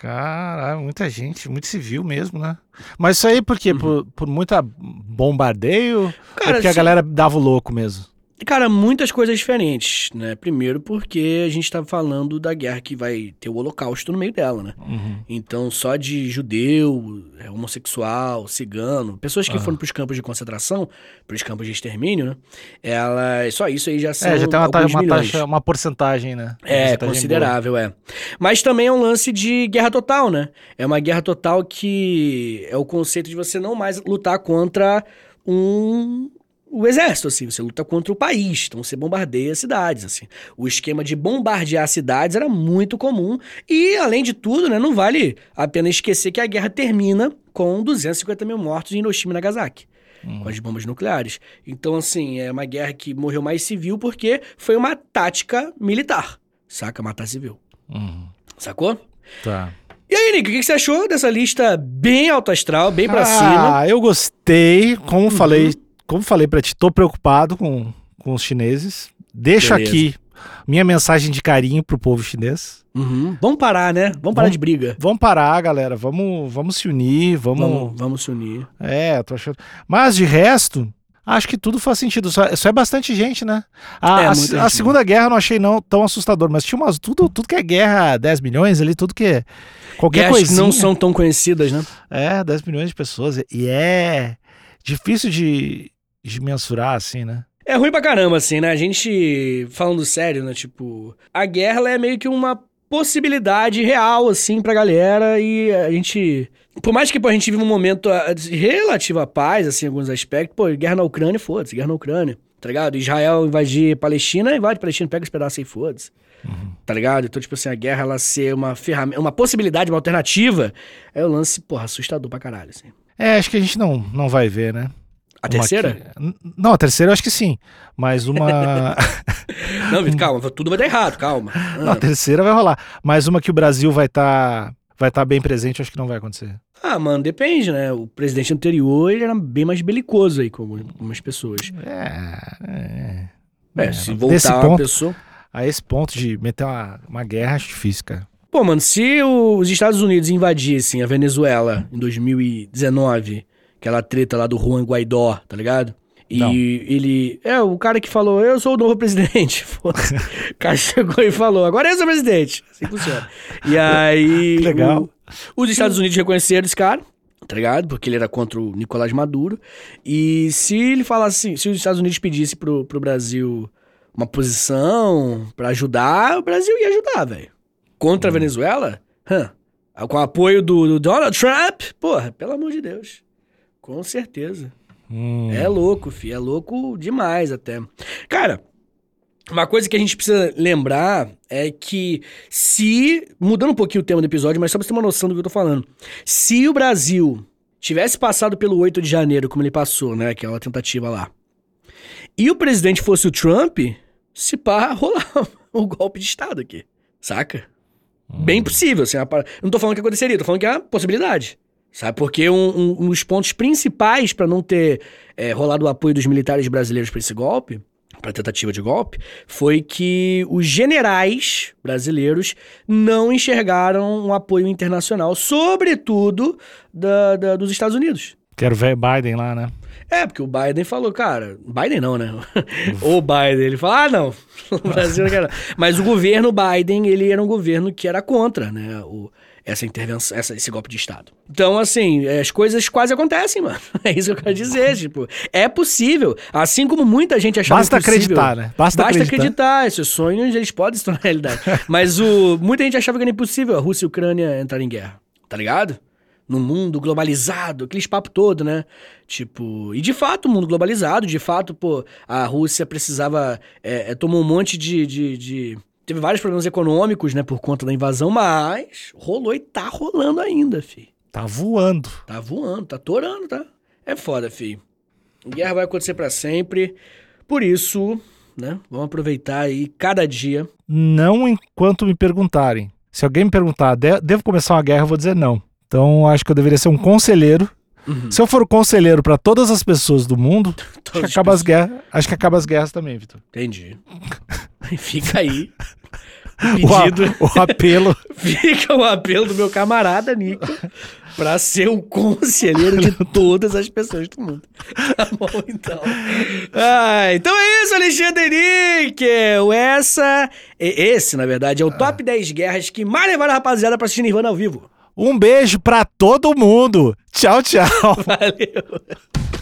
Speaker 2: Caralho, muita gente, muito civil mesmo, né? Mas isso aí por quê? Por, por muita bombardeio?
Speaker 3: Cara,
Speaker 2: ou porque a
Speaker 3: se-
Speaker 2: galera dava o louco mesmo?
Speaker 3: Cara, muitas coisas diferentes, né? Primeiro porque a gente tá falando da guerra que vai ter o holocausto no meio dela, né?
Speaker 2: Uhum.
Speaker 3: Então, só de judeu, é, homossexual, cigano, pessoas que
Speaker 2: Ah.
Speaker 3: foram pros campos de concentração, pros campos de extermínio, né? Elas, só isso aí já são
Speaker 2: É, já tem uma, ta-
Speaker 3: alguns
Speaker 2: uma
Speaker 3: milhões.
Speaker 2: taxa, uma porcentagem, né? Uma
Speaker 3: É,
Speaker 2: porcentagem boa.
Speaker 3: considerável, é. Mas também é um lance de guerra total, né? É uma guerra total que é o conceito de você não mais lutar contra um o exército, assim, você luta contra o país, então você bombardeia cidades, assim. O esquema de bombardear cidades era muito comum e, além de tudo, né, não vale a pena esquecer que a guerra termina com 250 mil mortos em Hiroshima e Nagasaki com as bombas nucleares. Então, assim, é uma guerra que morreu mais civil porque foi uma tática militar. Saca? Matar civil.
Speaker 2: Uhum.
Speaker 3: Sacou?
Speaker 2: Tá.
Speaker 3: E aí, Nick, o que que você achou dessa lista bem alto astral, bem pra
Speaker 2: ah,
Speaker 3: cima?
Speaker 2: eu gostei. Como
Speaker 3: Uhum.
Speaker 2: falei, como falei para ti, tô preocupado com, com os chineses. Deixo
Speaker 3: Beleza.
Speaker 2: aqui minha mensagem de carinho pro povo chinês.
Speaker 3: Uhum. Vamos parar, né? Vamos parar
Speaker 2: Vamos-
Speaker 3: de briga.
Speaker 2: Vamos parar, galera. Vamos, vamos se unir. Vamos.
Speaker 3: Vamos, vamos se unir.
Speaker 2: É, tô achando. Mas de resto, acho que tudo faz sentido. Só, só é bastante gente, né? A,
Speaker 3: É,
Speaker 2: a-
Speaker 3: muita
Speaker 2: a
Speaker 3: gente.
Speaker 2: segunda guerra eu não achei não tão assustador, mas tinha umas tudo, tudo que é guerra, 10 milhões ali, tudo que é- qualquer
Speaker 3: Guerras que
Speaker 2: coisinha.
Speaker 3: não são tão conhecidas, né?
Speaker 2: É, 10 milhões de pessoas. E é difícil de, de mensurar, assim, né?
Speaker 3: É ruim pra caramba, assim, né? A gente, falando sério, né? Tipo, a guerra ela é meio que uma possibilidade real, assim, pra galera. E a gente. Por mais que pô, a gente vive um momento ah, de relativo à paz, assim, em alguns aspectos, pô, guerra na Ucrânia, foda-se, guerra na Ucrânia. Tá ligado? Israel invadir Palestina, invade Palestina, pega os pedaços aí, foda-se.
Speaker 2: Uhum.
Speaker 3: Tá ligado? Então, tipo assim, a guerra ela ser uma ferramenta, uma possibilidade, uma alternativa, é um lance, porra, assustador pra caralho, assim.
Speaker 2: É, acho que a gente não, não vai ver, né?
Speaker 3: A
Speaker 2: Uma
Speaker 3: terceira?
Speaker 2: que- N- Não, a terceira eu acho que sim. Mas uma.
Speaker 3: Não, Vitor, calma, tudo vai dar errado, calma. Ah.
Speaker 2: não, a terceira vai rolar. Mas uma que o Brasil vai estar vai tá bem presente, eu acho que não vai acontecer.
Speaker 3: Ah, mano, depende, né? O presidente anterior ele era bem mais belicoso aí com algumas algumas pessoas.
Speaker 2: É.
Speaker 3: É,
Speaker 2: É,
Speaker 3: se
Speaker 2: mas
Speaker 3: voltar
Speaker 2: desse
Speaker 3: uma
Speaker 2: ponto-
Speaker 3: pessoa.
Speaker 2: A esse ponto de meter uma, uma guerra, acho difícil, cara.
Speaker 3: Pô, mano, se o- os Estados Unidos invadissem a Venezuela em 2019, aquela treta lá do Juan Guaidó, tá ligado? E
Speaker 2: Não.
Speaker 3: ele. É, o cara que falou, eu sou o novo presidente. Foda-se. o cara chegou e falou, agora eu sou o presidente. Assim funciona. E aí.
Speaker 2: Que legal.
Speaker 3: o- os Estados Unidos reconheceram esse cara, tá ligado? Porque ele era contra o Nicolás Maduro. E se ele falasse, assim, se os Estados Unidos pedisse pro, pro Brasil uma posição pra ajudar, o Brasil ia ajudar, velho. Contra a Venezuela? Hã. Com o apoio do, do Donald Trump? Porra, pelo amor de Deus. Com
Speaker 1: Hum.
Speaker 3: certeza. É louco, fi. É louco demais até. Cara, Uma coisa que a gente precisa lembrar é que se. Mudando um pouquinho o tema do episódio, mas só pra você ter uma noção do que eu tô falando. Se o Brasil tivesse passado pelo 8 de janeiro, como ele passou, né? Que é uma tentativa lá. E o presidente fosse o Trump, se pá, rolava um golpe de Estado aqui. Saca? Bem possível. Assim, uma par- eu não tô falando que aconteceria, tô falando que é uma possibilidade. Sabe? Porque um, um- um dos pontos principais pra não ter é, rolado o apoio dos militares brasileiros pra esse golpe, pra tentativa de golpe, foi que os generais brasileiros não enxergaram um apoio internacional, sobretudo da- da- dos Estados Unidos.
Speaker 2: Quero ver Biden lá, né?
Speaker 3: É, porque o Biden falou, cara, Biden não, né? o Biden, ele fala, ah, não, o Brasil não quer não. Mas o governo Biden, ele era um governo que era contra, né, o- essa intervenção, essa- esse golpe de Estado. Então, assim, as coisas quase acontecem, mano. É isso que eu quero dizer, tipo, é possível. Assim como muita gente achava
Speaker 2: Basta
Speaker 3: impossível.
Speaker 2: acreditar, né?
Speaker 3: Basta
Speaker 2: Basta, acreditar.
Speaker 3: acreditar, esses sonhos eles podem se tornar realidade. Mas o, muita gente achava que era impossível a Rússia e a Ucrânia entrarem em guerra, tá ligado? No mundo globalizado, aqueles papo todo, né? Tipo, e de fato, o mundo globalizado, de fato, pô, a Rússia precisava. É, é, tomou um monte de, de- de- Teve vários problemas econômicos, né, por conta da invasão, mas rolou e tá rolando ainda, fi.
Speaker 2: Tá voando.
Speaker 3: Tá voando, tá torando, tá? É foda, fi. Guerra vai acontecer pra sempre. Por isso, né? Vamos aproveitar aí cada dia.
Speaker 2: Não enquanto me perguntarem. Se alguém me perguntar, "De- devo começar uma guerra, eu vou dizer não. Então eu acho que eu deveria ser um conselheiro. Se eu for o conselheiro pra todas as pessoas do mundo, acho que,
Speaker 3: Uhum. Todas
Speaker 2: acaba
Speaker 3: as
Speaker 2: as guerras, acho que acaba as guerras também, Vitor.
Speaker 3: Entendi. Aí Fica aí.
Speaker 2: O, a-
Speaker 3: Pedido.
Speaker 2: o apelo.
Speaker 3: Fica o apelo do meu camarada Nico pra ser o conselheiro de todas as pessoas do mundo. Tá bom, então. Ah, então é isso, Alexandre Níquel. Essa, e- esse, na verdade,
Speaker 2: Ah.
Speaker 3: é o top 10 guerras que mais levaram a rapaziada pra assistir Nirvana ao vivo.
Speaker 2: Um beijo pra todo mundo. Tchau, tchau.
Speaker 3: Valeu.